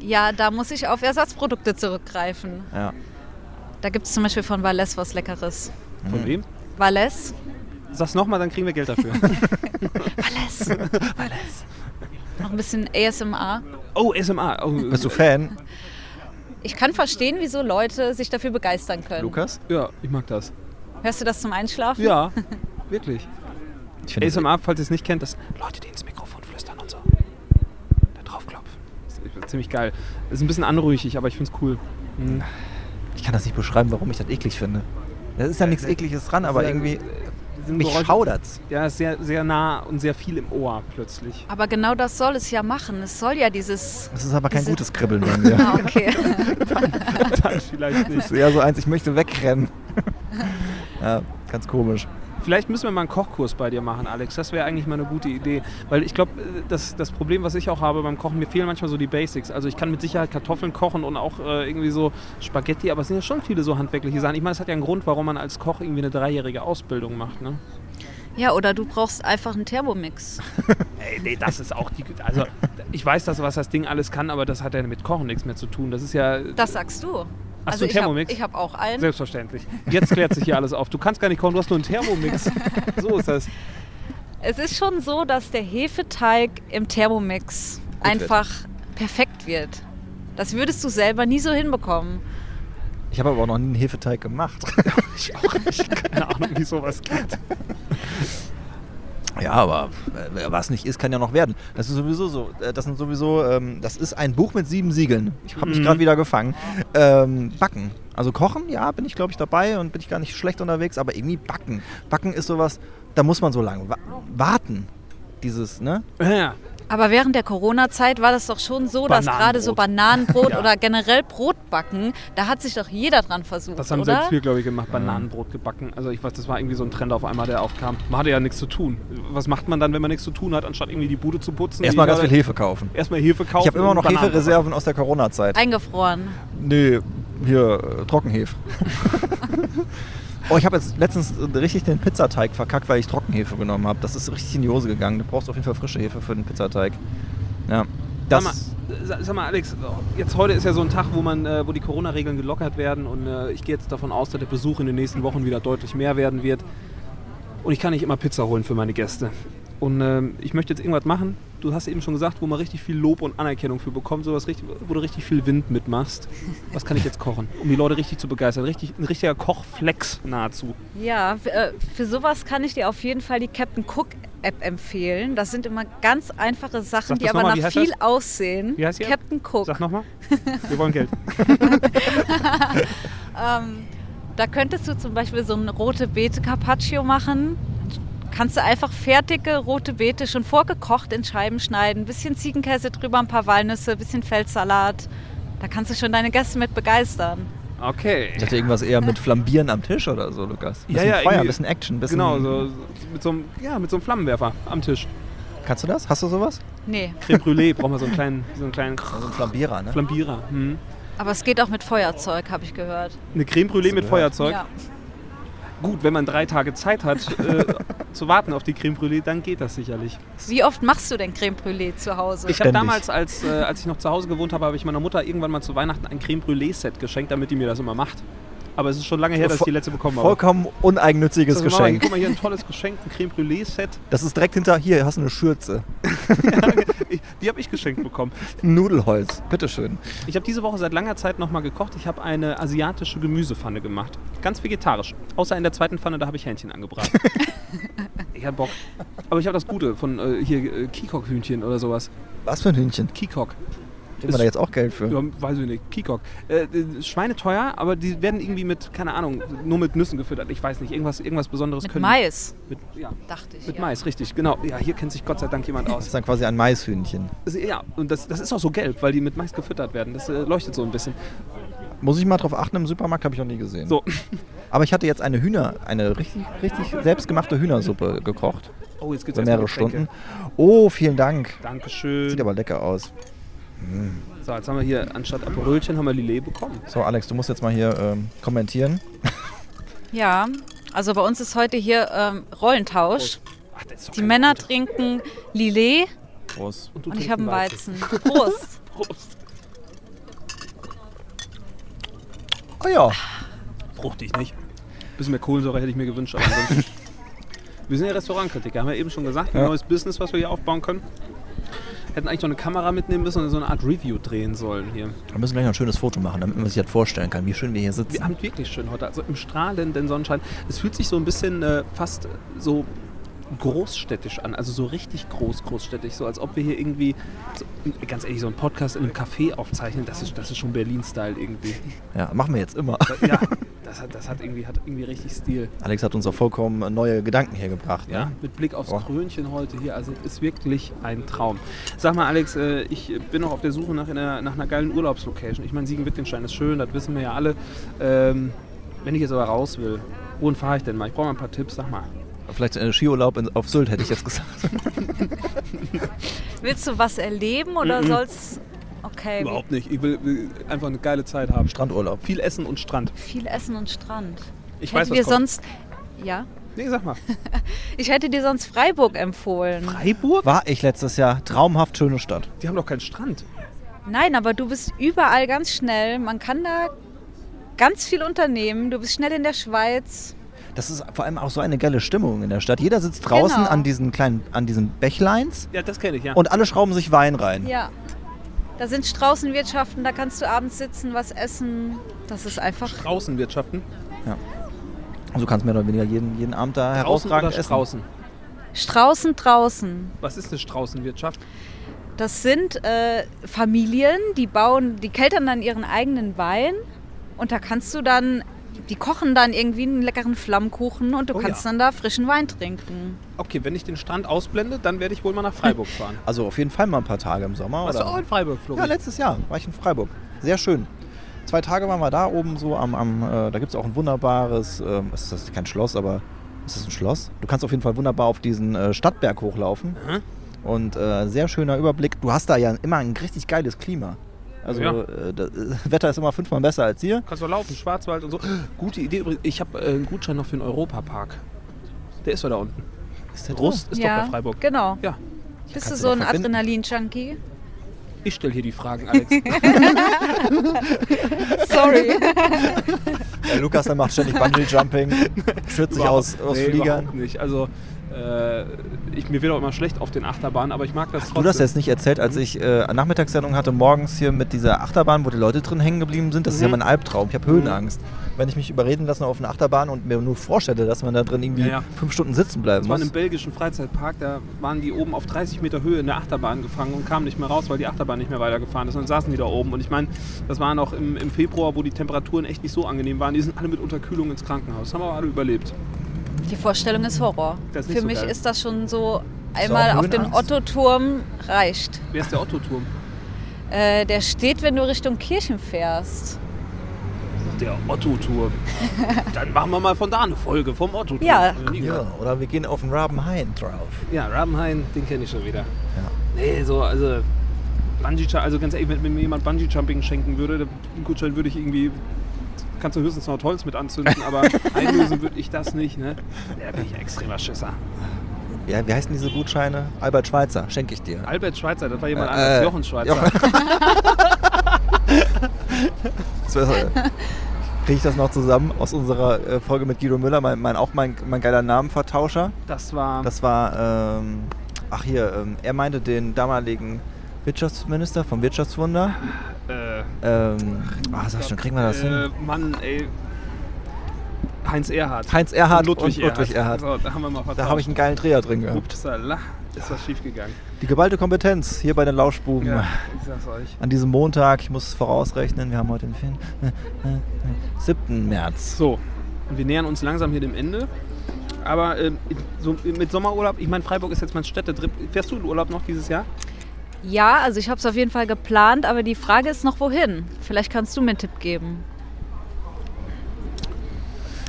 [SPEAKER 4] ja, da muss ich auf Ersatzprodukte zurückgreifen.
[SPEAKER 2] Ja.
[SPEAKER 4] Da gibt es zum Beispiel von Valles was Leckeres.
[SPEAKER 3] Von wem?
[SPEAKER 4] Valles?
[SPEAKER 3] Mhm. Sag's nochmal, dann kriegen wir Geld dafür.
[SPEAKER 4] Valles! Valles! Noch ein bisschen ASMR.
[SPEAKER 3] Oh, SMA. Oh,
[SPEAKER 2] Bist du Fan,
[SPEAKER 4] Ich kann verstehen, wieso Leute sich dafür begeistern können.
[SPEAKER 2] Lukas?
[SPEAKER 3] Ja, ich mag das.
[SPEAKER 4] Hörst du das zum Einschlafen?
[SPEAKER 3] Ja, wirklich.
[SPEAKER 2] Ich finde das-
[SPEAKER 3] ASMR, falls ihr es nicht kennt, das sind Leute, die ins Mikrofon flüstern und so. Da drauf klopfen. Das ist ziemlich geil. Ist ein bisschen anrüchig, aber ich find's cool. Mhm.
[SPEAKER 2] ich kann das nicht beschreiben, warum ich das eklig finde. Da ist ja nichts Ekliges dran, aber
[SPEAKER 3] Sehr- Äh,
[SPEAKER 2] irgendwie,
[SPEAKER 3] sind
[SPEAKER 2] mich
[SPEAKER 3] Geräusche-
[SPEAKER 2] schaudert's.
[SPEAKER 3] Ja, ist sehr, sehr nah und sehr viel im Ohr plötzlich.
[SPEAKER 4] Aber genau das soll es ja machen. Es soll ja dieses.
[SPEAKER 2] Das ist aber kein
[SPEAKER 4] Diese-
[SPEAKER 2] gutes Kribbeln bei mir.
[SPEAKER 4] Ah, okay.
[SPEAKER 3] Dann vielleicht nicht.
[SPEAKER 2] Das ist eher so eins, ich möchte wegrennen. ja, ganz komisch.
[SPEAKER 3] Vielleicht müssen wir mal einen Kochkurs bei dir machen, Alex. Das wäre eigentlich mal eine gute Idee. Weil ich glaube, das, das Problem, was ich auch habe beim Kochen, mir fehlen manchmal so die Basics. Also ich kann mit Sicherheit Kartoffeln kochen und auch äh, irgendwie so Spaghetti, aber es sind ja schon viele so handwerkliche Sachen. Ich meine, es hat ja einen Grund, warum man als Koch irgendwie eine dreijährige Ausbildung macht. Ne?
[SPEAKER 4] Ja, oder du brauchst einfach einen Thermomix.
[SPEAKER 3] Ey, nee, das ist auch die. Also ich weiß, dass, was das Ding alles kann, aber das hat ja mit Kochen nichts mehr zu tun. Das ist ja
[SPEAKER 4] Das sagst du. Also,
[SPEAKER 3] Hast du einen
[SPEAKER 4] ich hab-
[SPEAKER 3] Thermomix?
[SPEAKER 4] Ich habe auch einen.
[SPEAKER 3] selbstverständlich. Jetzt klärt sich hier alles auf. Du kannst gar nicht kochen, du hast nur einen Thermomix. So ist das.
[SPEAKER 4] Es ist schon so, dass der Hefeteig im Thermomix einfach perfekt wird. Das würdest du selber nie so hinbekommen.
[SPEAKER 2] Ich habe aber auch noch nie einen Hefeteig gemacht.
[SPEAKER 3] Ich auch nicht. Keine Ahnung, wie sowas geht.
[SPEAKER 2] Ja, aber äh, was nicht ist, kann ja noch werden. Das ist sowieso so. äh, Das sind sowieso. Ähm, das ist ein Buch mit sieben Siegeln. Ich habe mich
[SPEAKER 3] Mhm.
[SPEAKER 2] gerade wieder gefangen. Ähm, backen. Also kochen, ja, bin ich glaube ich dabei und bin ich gar nicht schlecht unterwegs. Aber irgendwie backen. Backen ist sowas. Da muss man so lange wa warten. Dieses, ne?
[SPEAKER 3] Ja,
[SPEAKER 4] Aber während der Corona-Zeit war das doch schon so, dass
[SPEAKER 3] Bananenbrot.
[SPEAKER 4] gerade so Bananenbrot
[SPEAKER 3] Ja.
[SPEAKER 4] oder generell Brotbacken, da hat sich doch jeder dran versucht,
[SPEAKER 3] Das haben
[SPEAKER 4] oder?
[SPEAKER 3] selbst wir, glaube ich, gemacht. Bananenbrot gebacken. Also ich weiß, das war irgendwie so ein Trend auf einmal, der aufkam. Man hatte ja nichts zu tun. Was macht man dann, wenn man nichts zu tun hat, anstatt irgendwie die Bude zu putzen?
[SPEAKER 2] Erstmal
[SPEAKER 3] Die-
[SPEAKER 2] ganz viel Hefe kaufen.
[SPEAKER 3] Erstmal Hefe kaufen.
[SPEAKER 2] Ich habe immer
[SPEAKER 3] und
[SPEAKER 2] noch
[SPEAKER 3] Bananen
[SPEAKER 2] Hefereserven aus der Corona-Zeit.
[SPEAKER 4] Eingefroren.
[SPEAKER 2] Nee, hier äh, Trockenhefe. oh, ich habe jetzt letztens äh, richtig den Pizzateig verkackt, weil ich Trockenhefe genommen habe. Das ist richtig in die Hose gegangen. Du brauchst auf jeden Fall frische Hefe für den Pizzateig. Ja.
[SPEAKER 3] Sag
[SPEAKER 2] Das
[SPEAKER 3] mal, sa- sag mal, Alex, jetzt heute ist ja so ein Tag, wo man, äh, wo die Corona-Regeln gelockert werden und äh, ich gehe jetzt davon aus, dass der Besuch in den nächsten Wochen wieder deutlich mehr werden wird. Und ich kann nicht immer Pizza holen für meine Gäste. Und ähm, ich möchte jetzt irgendwas machen. Du hast eben schon gesagt, wo man richtig viel Lob und Anerkennung für bekommt, sowas richtig, wo du richtig viel Wind mitmachst. Was kann ich jetzt kochen, um die Leute richtig zu begeistern? Richtig, ein richtiger Kochflex nahezu.
[SPEAKER 4] Ja, f- äh, für sowas kann ich dir auf jeden Fall die Captain Cook App empfehlen. Das sind immer ganz einfache Sachen,
[SPEAKER 3] Sag
[SPEAKER 4] die
[SPEAKER 3] das
[SPEAKER 4] aber
[SPEAKER 3] nochmal, wie
[SPEAKER 4] nach
[SPEAKER 3] heißt
[SPEAKER 4] viel
[SPEAKER 3] das?
[SPEAKER 4] aussehen.
[SPEAKER 3] Wie heißt die App?
[SPEAKER 4] Captain Cook.
[SPEAKER 3] Sag nochmal, wir wollen Geld.
[SPEAKER 4] Ähm, da könntest du zum Beispiel so eine rote Beete Carpaccio machen. Kannst du einfach fertige rote Beete schon vorgekocht in Scheiben schneiden, ein bisschen Ziegenkäse drüber, ein paar Walnüsse, ein bisschen Feldsalat. Da kannst du schon deine Gäste mit begeistern.
[SPEAKER 3] Okay.
[SPEAKER 2] ich dachte irgendwas eher mit Flambieren am Tisch oder so, Lukas. Bisschen
[SPEAKER 3] Ja, ja,
[SPEAKER 2] Feuer,
[SPEAKER 3] irgendwie-
[SPEAKER 2] bisschen Action. Bisschen
[SPEAKER 3] Genau, so, so- mit, so einem, ja, mit so einem Flammenwerfer am Tisch.
[SPEAKER 2] Kannst du das? Hast du sowas?
[SPEAKER 4] Nee,
[SPEAKER 3] Creme Brûlée brauchen wir so einen kleinen, so einen kleinen
[SPEAKER 2] So ein Flambierer, ne?
[SPEAKER 3] Flambierer. Hm.
[SPEAKER 4] aber es geht auch mit Feuerzeug, habe ich gehört.
[SPEAKER 3] Eine Creme Brûlée mit
[SPEAKER 2] gehört?
[SPEAKER 3] Feuerzeug.
[SPEAKER 4] Ja.
[SPEAKER 3] Gut, wenn man drei Tage Zeit hat äh, zu warten auf die Creme Brûlée, dann geht das sicherlich.
[SPEAKER 4] Wie oft machst du denn Creme Brûlée zu Hause?
[SPEAKER 3] Ich habe
[SPEAKER 2] Ständig.
[SPEAKER 3] damals, als, äh, als ich noch zu Hause gewohnt habe, habe ich meiner Mutter irgendwann mal zu Weihnachten ein Creme Brûlée-Set geschenkt, damit die mir das immer macht. Aber es ist schon lange her, dass ich die letzte bekommen habe.
[SPEAKER 2] Vollkommen uneigennütziges
[SPEAKER 3] Also, Mama, hier,
[SPEAKER 2] Geschenk.
[SPEAKER 3] guck mal, hier ein tolles Geschenk, ein Creme Brûlée-Set.
[SPEAKER 2] Das ist direkt hinter, hier hast du eine Schürze.
[SPEAKER 3] Ich- Die habe ich geschenkt bekommen.
[SPEAKER 2] Ein Nudelholz. Bitteschön.
[SPEAKER 3] Ich habe diese Woche seit langer Zeit nochmal gekocht. Ich habe eine asiatische Gemüsepfanne gemacht. Ganz vegetarisch. Außer in der zweiten Pfanne, da habe ich Hähnchen angebraten. ich hatte Bock. Aber ich habe das Gute von äh, hier äh, Kikok-Hühnchen oder sowas.
[SPEAKER 2] Was für ein Hühnchen.
[SPEAKER 3] Kikok.
[SPEAKER 2] Kriegen wir da jetzt auch Geld für?
[SPEAKER 3] Ja, weiß ich nicht. Peacock. Äh, äh, schweineteuer, aber die werden irgendwie mit, keine Ahnung, nur mit Nüssen gefüttert. Ich weiß nicht, irgendwas, irgendwas Besonderes
[SPEAKER 4] Mit
[SPEAKER 3] können. die.
[SPEAKER 4] Mais,
[SPEAKER 3] Mit, ja,
[SPEAKER 4] dachte ich.
[SPEAKER 3] mit
[SPEAKER 4] ja.
[SPEAKER 3] Mais, richtig, genau. Ja, hier kennt sich Gott sei Dank jemand
[SPEAKER 2] Das
[SPEAKER 3] aus.
[SPEAKER 2] ist dann quasi ein Maishühnchen.
[SPEAKER 3] Das- Ja, und das, das ist auch so gelb, weil die mit Mais gefüttert werden. Das äh, leuchtet so ein bisschen.
[SPEAKER 2] Muss ich mal drauf achten, im Supermarkt habe ich noch nie gesehen.
[SPEAKER 3] So.
[SPEAKER 2] Aber ich hatte jetzt eine Hühner, eine richtig, richtig selbstgemachte Hühnersuppe gekocht.
[SPEAKER 3] Oh, jetzt geht's
[SPEAKER 2] Für
[SPEAKER 3] erst mal
[SPEAKER 2] mehrere
[SPEAKER 3] Getränke.
[SPEAKER 2] Stunden. Oh, vielen Dank. Sieht
[SPEAKER 3] Dankeschön.
[SPEAKER 2] aber lecker aus.
[SPEAKER 3] So, jetzt haben wir hier anstatt Aperolchen haben wir Lillet bekommen.
[SPEAKER 2] So, Alex, du musst jetzt mal hier ähm, kommentieren.
[SPEAKER 4] Ja, also bei uns ist heute hier ähm, Rollentausch.
[SPEAKER 3] Ach, das ist doch
[SPEAKER 4] Die
[SPEAKER 3] Oh, kein-
[SPEAKER 4] Männer trinken Lillet
[SPEAKER 2] Prost.
[SPEAKER 3] du
[SPEAKER 4] und ich
[SPEAKER 3] trinkst
[SPEAKER 4] habe einen Weizen. Prost.
[SPEAKER 3] Prost.
[SPEAKER 2] Oh ja.
[SPEAKER 3] Fruchtig nicht. bisschen mehr Kohlensäure hätte ich mir gewünscht. Aber ansonsten- wir sind ja Restaurantkritiker, haben wir eben schon gesagt. Ein
[SPEAKER 2] Ja.
[SPEAKER 3] neues Business, was wir hier aufbauen können. Hätten eigentlich noch eine Kamera mitnehmen müssen und so eine Art Review drehen sollen hier.
[SPEAKER 2] Wir müssen gleich noch ein schönes Foto machen, damit man sich das vorstellen kann, wie schön wir hier
[SPEAKER 3] Wir
[SPEAKER 2] sitzen.
[SPEAKER 3] haben wirklich schön heute, also im strahlenden Sonnenschein. Es fühlt sich so ein bisschen äh, fast so großstädtisch an, also so richtig groß, großstädtisch, so als ob wir hier irgendwie, so, ganz ehrlich, so einen Podcast in einem Café aufzeichnen, das ist, das ist schon Berlin-Style irgendwie.
[SPEAKER 2] Ja, machen wir jetzt immer.
[SPEAKER 3] Ja, das hat, das hat, irgendwie, hat irgendwie richtig Stil.
[SPEAKER 2] Alex hat uns auch vollkommen neue Gedanken hier gebracht.
[SPEAKER 3] Ja,
[SPEAKER 2] Ne?
[SPEAKER 3] mit Blick aufs
[SPEAKER 2] Oh.
[SPEAKER 3] Krönchen heute hier, also ist wirklich ein Traum. Sag mal, Alex, äh, ich bin noch auf der Suche nach einer, nach einer geilen Urlaubslocation. Ich meine, Siegen-Wittgenstein ist schön, das wissen wir ja alle. Ähm, wenn ich jetzt aber raus will, wohin fahre ich denn mal? Ich brauche mal ein paar Tipps, sag mal.
[SPEAKER 2] Vielleicht äh, Skiurlaub in, auf Sylt, hätte ich jetzt gesagt.
[SPEAKER 4] Willst du was erleben oder sollst Okay,
[SPEAKER 3] nicht. Ich will, will einfach eine geile Zeit haben.
[SPEAKER 2] Strandurlaub.
[SPEAKER 3] Viel Essen und Strand.
[SPEAKER 4] viel Essen und Strand.
[SPEAKER 3] Ich
[SPEAKER 4] Hätten
[SPEAKER 3] weiß, was
[SPEAKER 4] wir
[SPEAKER 3] kommt.
[SPEAKER 4] sonst ja,
[SPEAKER 3] Nee, sag mal.
[SPEAKER 4] ich hätte dir sonst Freiburg empfohlen.
[SPEAKER 3] Freiburg?
[SPEAKER 2] War ich letztes Jahr. Traumhaft schöne Stadt.
[SPEAKER 3] Die haben doch keinen Strand.
[SPEAKER 4] Nein, aber du bist überall ganz schnell. Man kann da ganz viel unternehmen. Du bist schnell in der Schweiz.
[SPEAKER 2] Das ist vor allem auch so eine geile Stimmung in der Stadt. Jeder sitzt draußen
[SPEAKER 4] Genau.
[SPEAKER 2] an diesen kleinen, an diesen Bächleins
[SPEAKER 3] Ja, das kenne ich, ja.
[SPEAKER 2] und alle schrauben sich Wein rein.
[SPEAKER 4] Ja. Da sind Straußenwirtschaften, da kannst du abends sitzen, was essen. Das ist einfach
[SPEAKER 3] draußen wirtschaften.
[SPEAKER 2] Also du kannst mehr oder weniger jeden, jeden Abend da
[SPEAKER 3] Draußen
[SPEAKER 2] herausragend
[SPEAKER 3] oder
[SPEAKER 2] essen.
[SPEAKER 3] Straußen?
[SPEAKER 4] Straußen draußen.
[SPEAKER 3] Was ist eine Straußenwirtschaft?
[SPEAKER 4] Das sind äh, Familien, die bauen, die keltern dann ihren eigenen Wein und da kannst du dann, die kochen dann irgendwie einen leckeren Flammkuchen und du
[SPEAKER 3] Oh
[SPEAKER 4] kannst
[SPEAKER 3] ja.
[SPEAKER 4] dann da frischen Wein trinken.
[SPEAKER 3] Okay, wenn ich den Strand ausblende, dann werde ich wohl mal nach Freiburg fahren.
[SPEAKER 2] Also auf jeden Fall mal ein paar Tage im Sommer.
[SPEAKER 3] Warst du auch in Freiburg, Flori?
[SPEAKER 2] ja, letztes Jahr war ich in Freiburg. Sehr schön. Zwei Tage waren wir da oben so am, am äh, da gibt es auch ein wunderbares, ähm, es ist das kein Schloss, aber ist das ein Schloss? Du kannst auf jeden Fall wunderbar auf diesen äh, Stadtberg hochlaufen.
[SPEAKER 3] Mhm.
[SPEAKER 2] Und äh, sehr schöner Überblick. Du hast da ja immer ein richtig geiles Klima. Also
[SPEAKER 3] Ja.
[SPEAKER 2] äh, das äh, Wetter ist immer fünfmal besser als hier.
[SPEAKER 3] Kannst du laufen, Schwarzwald und so. Gute Idee übrigens. Ich habe äh, einen Gutschein noch für den Europapark. Der ist doch da unten.
[SPEAKER 2] Ist der
[SPEAKER 3] Rust ist
[SPEAKER 4] ja,
[SPEAKER 3] doch bei Freiburg.
[SPEAKER 4] Genau.
[SPEAKER 3] Ja.
[SPEAKER 4] Bist
[SPEAKER 2] kannst
[SPEAKER 4] du
[SPEAKER 2] du
[SPEAKER 4] so
[SPEAKER 2] doch
[SPEAKER 4] ein
[SPEAKER 2] verbinden.
[SPEAKER 4] Adrenalin-Junkie?
[SPEAKER 3] Ich stelle hier die Fragen, Alex.
[SPEAKER 4] Sorry.
[SPEAKER 2] drin? Der Äh, Lukas, der macht ständig Bungee-Jumping, schützt sich aus, aus
[SPEAKER 3] nee,
[SPEAKER 2] Fliegern.
[SPEAKER 3] überhaupt nicht. Also, äh, ich, mir wird auch immer schlecht auf den Achterbahnen, aber ich mag das
[SPEAKER 2] Du
[SPEAKER 3] trotzdem. Mhm.
[SPEAKER 2] das jetzt nicht erzählt, als ich äh, eine Nachmittagssendung hatte, morgens hier mit dieser Achterbahn, wo die Leute drin hängen geblieben sind. Das ist ja
[SPEAKER 3] Mhm.
[SPEAKER 2] mein Albtraum. Ich habe Höhenangst. Wenn ich mich überreden lasse auf eine Achterbahn und mir nur vorstelle, dass man da drin irgendwie
[SPEAKER 3] Ja, ja.
[SPEAKER 2] fünf Stunden sitzen bleiben
[SPEAKER 3] Das war in
[SPEAKER 2] muss.
[SPEAKER 3] einem belgischen Freizeitpark, da waren die oben auf 30 Meter Höhe in der Achterbahn gefangen und kamen nicht mehr raus, weil die Achterbahn nicht mehr weitergefahren ist. Und dann saßen die da oben. Und ich meine, das war noch im, im Februar, wo die Temperaturen echt nicht so angenehm waren. Die sind alle mit Unterkühlung ins Krankenhaus. Haben aber alle überlebt.
[SPEAKER 4] Die Vorstellung ist Horror.
[SPEAKER 3] Das ist nicht
[SPEAKER 4] Für
[SPEAKER 3] so
[SPEAKER 4] mich
[SPEAKER 3] geil.
[SPEAKER 4] ist das schon so
[SPEAKER 2] du
[SPEAKER 4] einmal
[SPEAKER 2] auch
[SPEAKER 4] auf den
[SPEAKER 2] Höhenangst?
[SPEAKER 4] Otto-Turm reicht.
[SPEAKER 3] Wer ist der Otto-Turm?
[SPEAKER 4] Äh, der steht, wenn du Richtung Kirchen fährst.
[SPEAKER 3] Der Otto-Turm. Dann machen wir mal von da eine Folge vom Otto-Turm.
[SPEAKER 4] Ja.
[SPEAKER 3] Noch nie gehört.
[SPEAKER 2] Ja, oder wir gehen auf den Rabenhain drauf.
[SPEAKER 3] Ja, Rabenhain, den kenne ich schon wieder. Nee, so, also. Bungee Jump- also ganz ehrlich, wenn, wenn mir jemand Bungee Jumping schenken würde, den Gutschein würde ich irgendwie. Kannst du höchstens noch Holz mit anzünden, aber einlösen würde ich das nicht, ne? Ja, bin ich ein extremer Schisser.
[SPEAKER 2] Ja, wie heißen diese Gutscheine? Albert Schweitzer, schenke ich dir.
[SPEAKER 3] Albert Schweitzer, das war jemand
[SPEAKER 2] Äh,
[SPEAKER 3] anders.
[SPEAKER 2] äh,
[SPEAKER 3] Jochen Schweitzer.
[SPEAKER 2] So, äh, Kriege ich das noch zusammen aus unserer äh, Folge mit Guido Müller, mein, mein, auch mein, mein geiler Namenvertauscher?
[SPEAKER 3] Das war.
[SPEAKER 2] Das war, ähm, ach hier, ähm, er meinte den damaligen Wirtschaftsminister vom Wirtschaftswunder.
[SPEAKER 3] äh,
[SPEAKER 2] Ähm, ah, sag schon, kriegen wir das
[SPEAKER 3] äh,
[SPEAKER 2] hin?
[SPEAKER 3] Mann, ey. Heinz Erhardt.
[SPEAKER 2] Heinz Erhardt und
[SPEAKER 3] Ludwig
[SPEAKER 2] Ludwig
[SPEAKER 3] Erhard.
[SPEAKER 2] Erhard.
[SPEAKER 3] So, da haben wir mal
[SPEAKER 2] Da habe ich einen geilen Dreher drin gehabt.
[SPEAKER 3] Upsala. ist was schiefgegangen.
[SPEAKER 2] Die geballte Kompetenz hier bei den Lauschbuben.
[SPEAKER 3] Ja, ich sag's euch.
[SPEAKER 2] An diesem Montag, ich muss vorausrechnen, wir haben heute den Fin- äh, äh, äh, 7. März.
[SPEAKER 3] So, und wir nähern uns langsam hier dem Ende. Aber ähm, so mit Sommerurlaub, ich meine, Freiburg ist jetzt mein Städtetrip. Fährst du in Urlaub noch dieses Jahr?
[SPEAKER 4] Ja, also ich habe es auf jeden Fall geplant, aber die Frage ist noch, wohin? Vielleicht kannst du mir einen Tipp geben.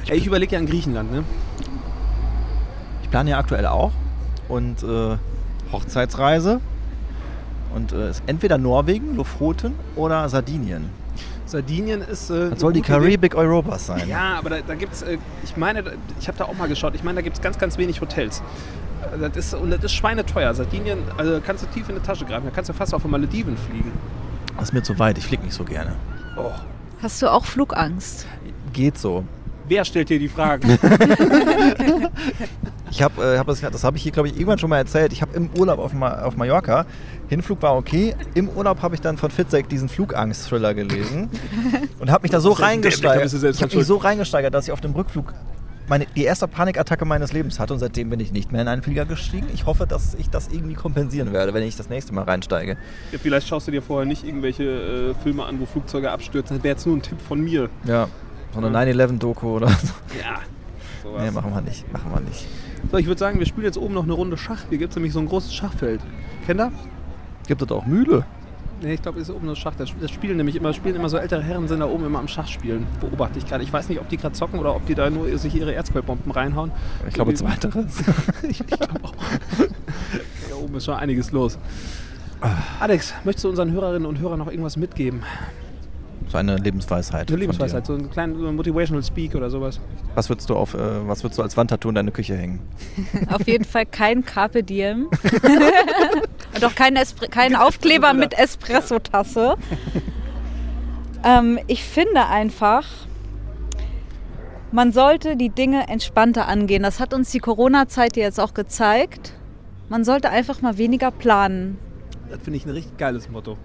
[SPEAKER 3] Ich, ich überlege ja in Griechenland, ne?
[SPEAKER 2] Ich plane ja aktuell auch und äh, Hochzeitsreise. Und äh, ist entweder Norwegen, Lofoten oder Sardinien.
[SPEAKER 3] Sardinien ist. Äh,
[SPEAKER 2] Das soll die
[SPEAKER 3] eine gute Idee.
[SPEAKER 2] Karibik Europas sein.
[SPEAKER 3] Ja, aber da, da gibt es, äh, ich meine, da- ich habe da auch mal geschaut, ich meine, da gibt es ganz, ganz wenig Hotels. Äh, Das ist, und das ist schweineteuer. Sardinien, also kannst du tief in die Tasche greifen, da kannst du fast auf die Malediven fliegen.
[SPEAKER 2] Das ist mir zu weit, ich flieg nicht so gerne.
[SPEAKER 3] Oh.
[SPEAKER 4] Hast du auch Flugangst?
[SPEAKER 2] Geht so.
[SPEAKER 3] Wer stellt hier die Fragen?
[SPEAKER 2] Ich habe, äh, hab das, das habe ich hier, glaube ich, irgendwann schon mal erzählt. Ich habe im Urlaub auf, Ma auf Mallorca, Hinflug war okay, im Urlaub habe ich dann von Fitzek diesen Flugangst-Thriller gelesen und habe mich da so
[SPEAKER 3] ist ja dämlich, da
[SPEAKER 2] reingesteigert.
[SPEAKER 3] bist du selbst
[SPEAKER 2] Ich habe mich so reingesteigert, dass ich auf dem Rückflug meine, die erste Panikattacke meines Lebens hatte und seitdem bin ich nicht mehr in einen Flieger gestiegen. Ich hoffe, dass ich das irgendwie kompensieren werde, wenn ich das nächste Mal reinsteige.
[SPEAKER 3] Ja, Vielleicht schaust du dir vorher nicht irgendwelche äh, Filme an, wo Flugzeuge abstürzen. Das wäre jetzt nur ein Tipp von mir.
[SPEAKER 2] Ja. So eine 9-11-Doku oder so.
[SPEAKER 3] Ja. sowas.
[SPEAKER 2] Nee, machen wir nicht. Machen wir nicht.
[SPEAKER 3] So, ich würde sagen, wir spielen jetzt oben noch eine Runde Schach. Hier gibt es nämlich so ein großes Schachfeld. Kennt ihr?
[SPEAKER 2] Gibt es auch Mühle?
[SPEAKER 3] Nee, ich glaube, ist oben nur Schach. Das das spielen nämlich immer, spielen immer so ältere Herren sind da oben immer am Schach spielen. Beobachte ich gerade. Ich weiß nicht, ob die gerade zocken oder ob die da nur sich ihre Erzquellbomben reinhauen.
[SPEAKER 2] Ich glaube,
[SPEAKER 3] Die-
[SPEAKER 2] zweiteres.
[SPEAKER 3] ich glaube auch. Hier oben ist schon einiges los. Alex, möchtest du unseren Hörerinnen und Hörern noch irgendwas mitgeben?
[SPEAKER 2] So eine Lebensweisheit.
[SPEAKER 3] Eine
[SPEAKER 2] von dir.
[SPEAKER 3] Lebensweisheit, so einen kleinen so einen Motivational Speak oder sowas.
[SPEAKER 2] Was würdest du auf, äh, was würdest du als Wandtattoo in deine Küche hängen?
[SPEAKER 3] Mhm.
[SPEAKER 4] Auf jeden Fall kein Carpe Diem. Und auch kein, Espre kein Aufkleber mit Espresso-Tasse. Ähm, ich finde einfach, man sollte die Dinge entspannter angehen. Das hat uns die Corona-Zeit ja jetzt auch gezeigt. Man sollte einfach mal weniger planen.
[SPEAKER 3] Das finde ich ein richtig geiles Motto.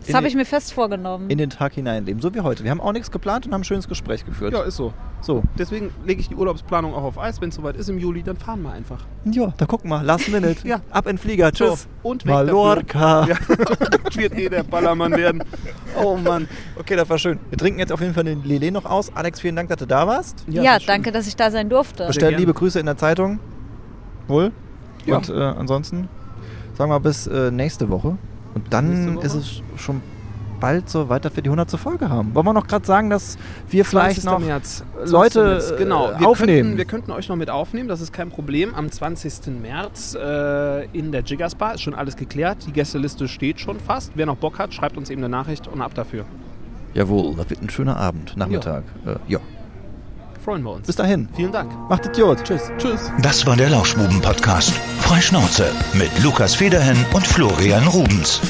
[SPEAKER 2] In
[SPEAKER 4] Das habe
[SPEAKER 2] die-
[SPEAKER 4] ich mir fest vorgenommen.
[SPEAKER 2] In den Tag hineinleben, so wie heute. Wir haben auch nichts geplant und haben ein schönes Gespräch geführt.
[SPEAKER 3] Ja, ist so.
[SPEAKER 2] So,
[SPEAKER 3] Deswegen lege ich die Urlaubsplanung auch auf Eis. Wenn es soweit ist im Juli, dann fahren wir einfach.
[SPEAKER 2] ja, da guck mal, last minute.
[SPEAKER 3] Ja.
[SPEAKER 2] Ab in den Flieger, tschüss.
[SPEAKER 3] So, und weg
[SPEAKER 2] Mallorca.
[SPEAKER 3] dafür. Ja, das wird eh der Ballermann werden. Oh Mann.
[SPEAKER 2] Okay, das war schön. Wir trinken jetzt auf jeden Fall den Lillet noch aus. Alex, vielen Dank, dass du da warst.
[SPEAKER 4] ja,
[SPEAKER 3] das ist schön.
[SPEAKER 4] danke, dass ich da sein durfte.
[SPEAKER 2] Bestellen
[SPEAKER 3] gerne.
[SPEAKER 2] liebe Grüße in der Zeitung. Wohl.
[SPEAKER 3] Ja.
[SPEAKER 2] Und äh, ansonsten sagen wir bis äh, nächste Woche. Und dann
[SPEAKER 3] Nächste Woche?
[SPEAKER 2] ist es schon bald so weit, dass wir die 100. Folge haben. Wollen wir noch gerade sagen, dass wir vielleicht
[SPEAKER 3] 20.
[SPEAKER 2] noch
[SPEAKER 3] März. 20.
[SPEAKER 2] Leute,
[SPEAKER 3] März. genau.
[SPEAKER 2] äh,
[SPEAKER 3] Wir
[SPEAKER 2] aufnehmen.
[SPEAKER 3] Könnten, wir könnten euch noch mit aufnehmen, das ist kein Problem. Am 20. März äh, in der Jiggers Bar ist schon alles geklärt. Die Gästeliste steht schon fast. Wer noch Bock hat, schreibt uns eben eine Nachricht und ab dafür.
[SPEAKER 2] Jawohl, das wird ein schöner Abend, Nachmittag. Ja. Äh, ja.
[SPEAKER 3] Freuen wir uns.
[SPEAKER 2] Bis dahin.
[SPEAKER 3] Vielen Dank.
[SPEAKER 2] Macht es gut.
[SPEAKER 3] Tschüss. Tschüss.
[SPEAKER 1] Das war der Lauschbuben-Podcast. Freischnauze mit Lukas Federhen und Florian Rubens.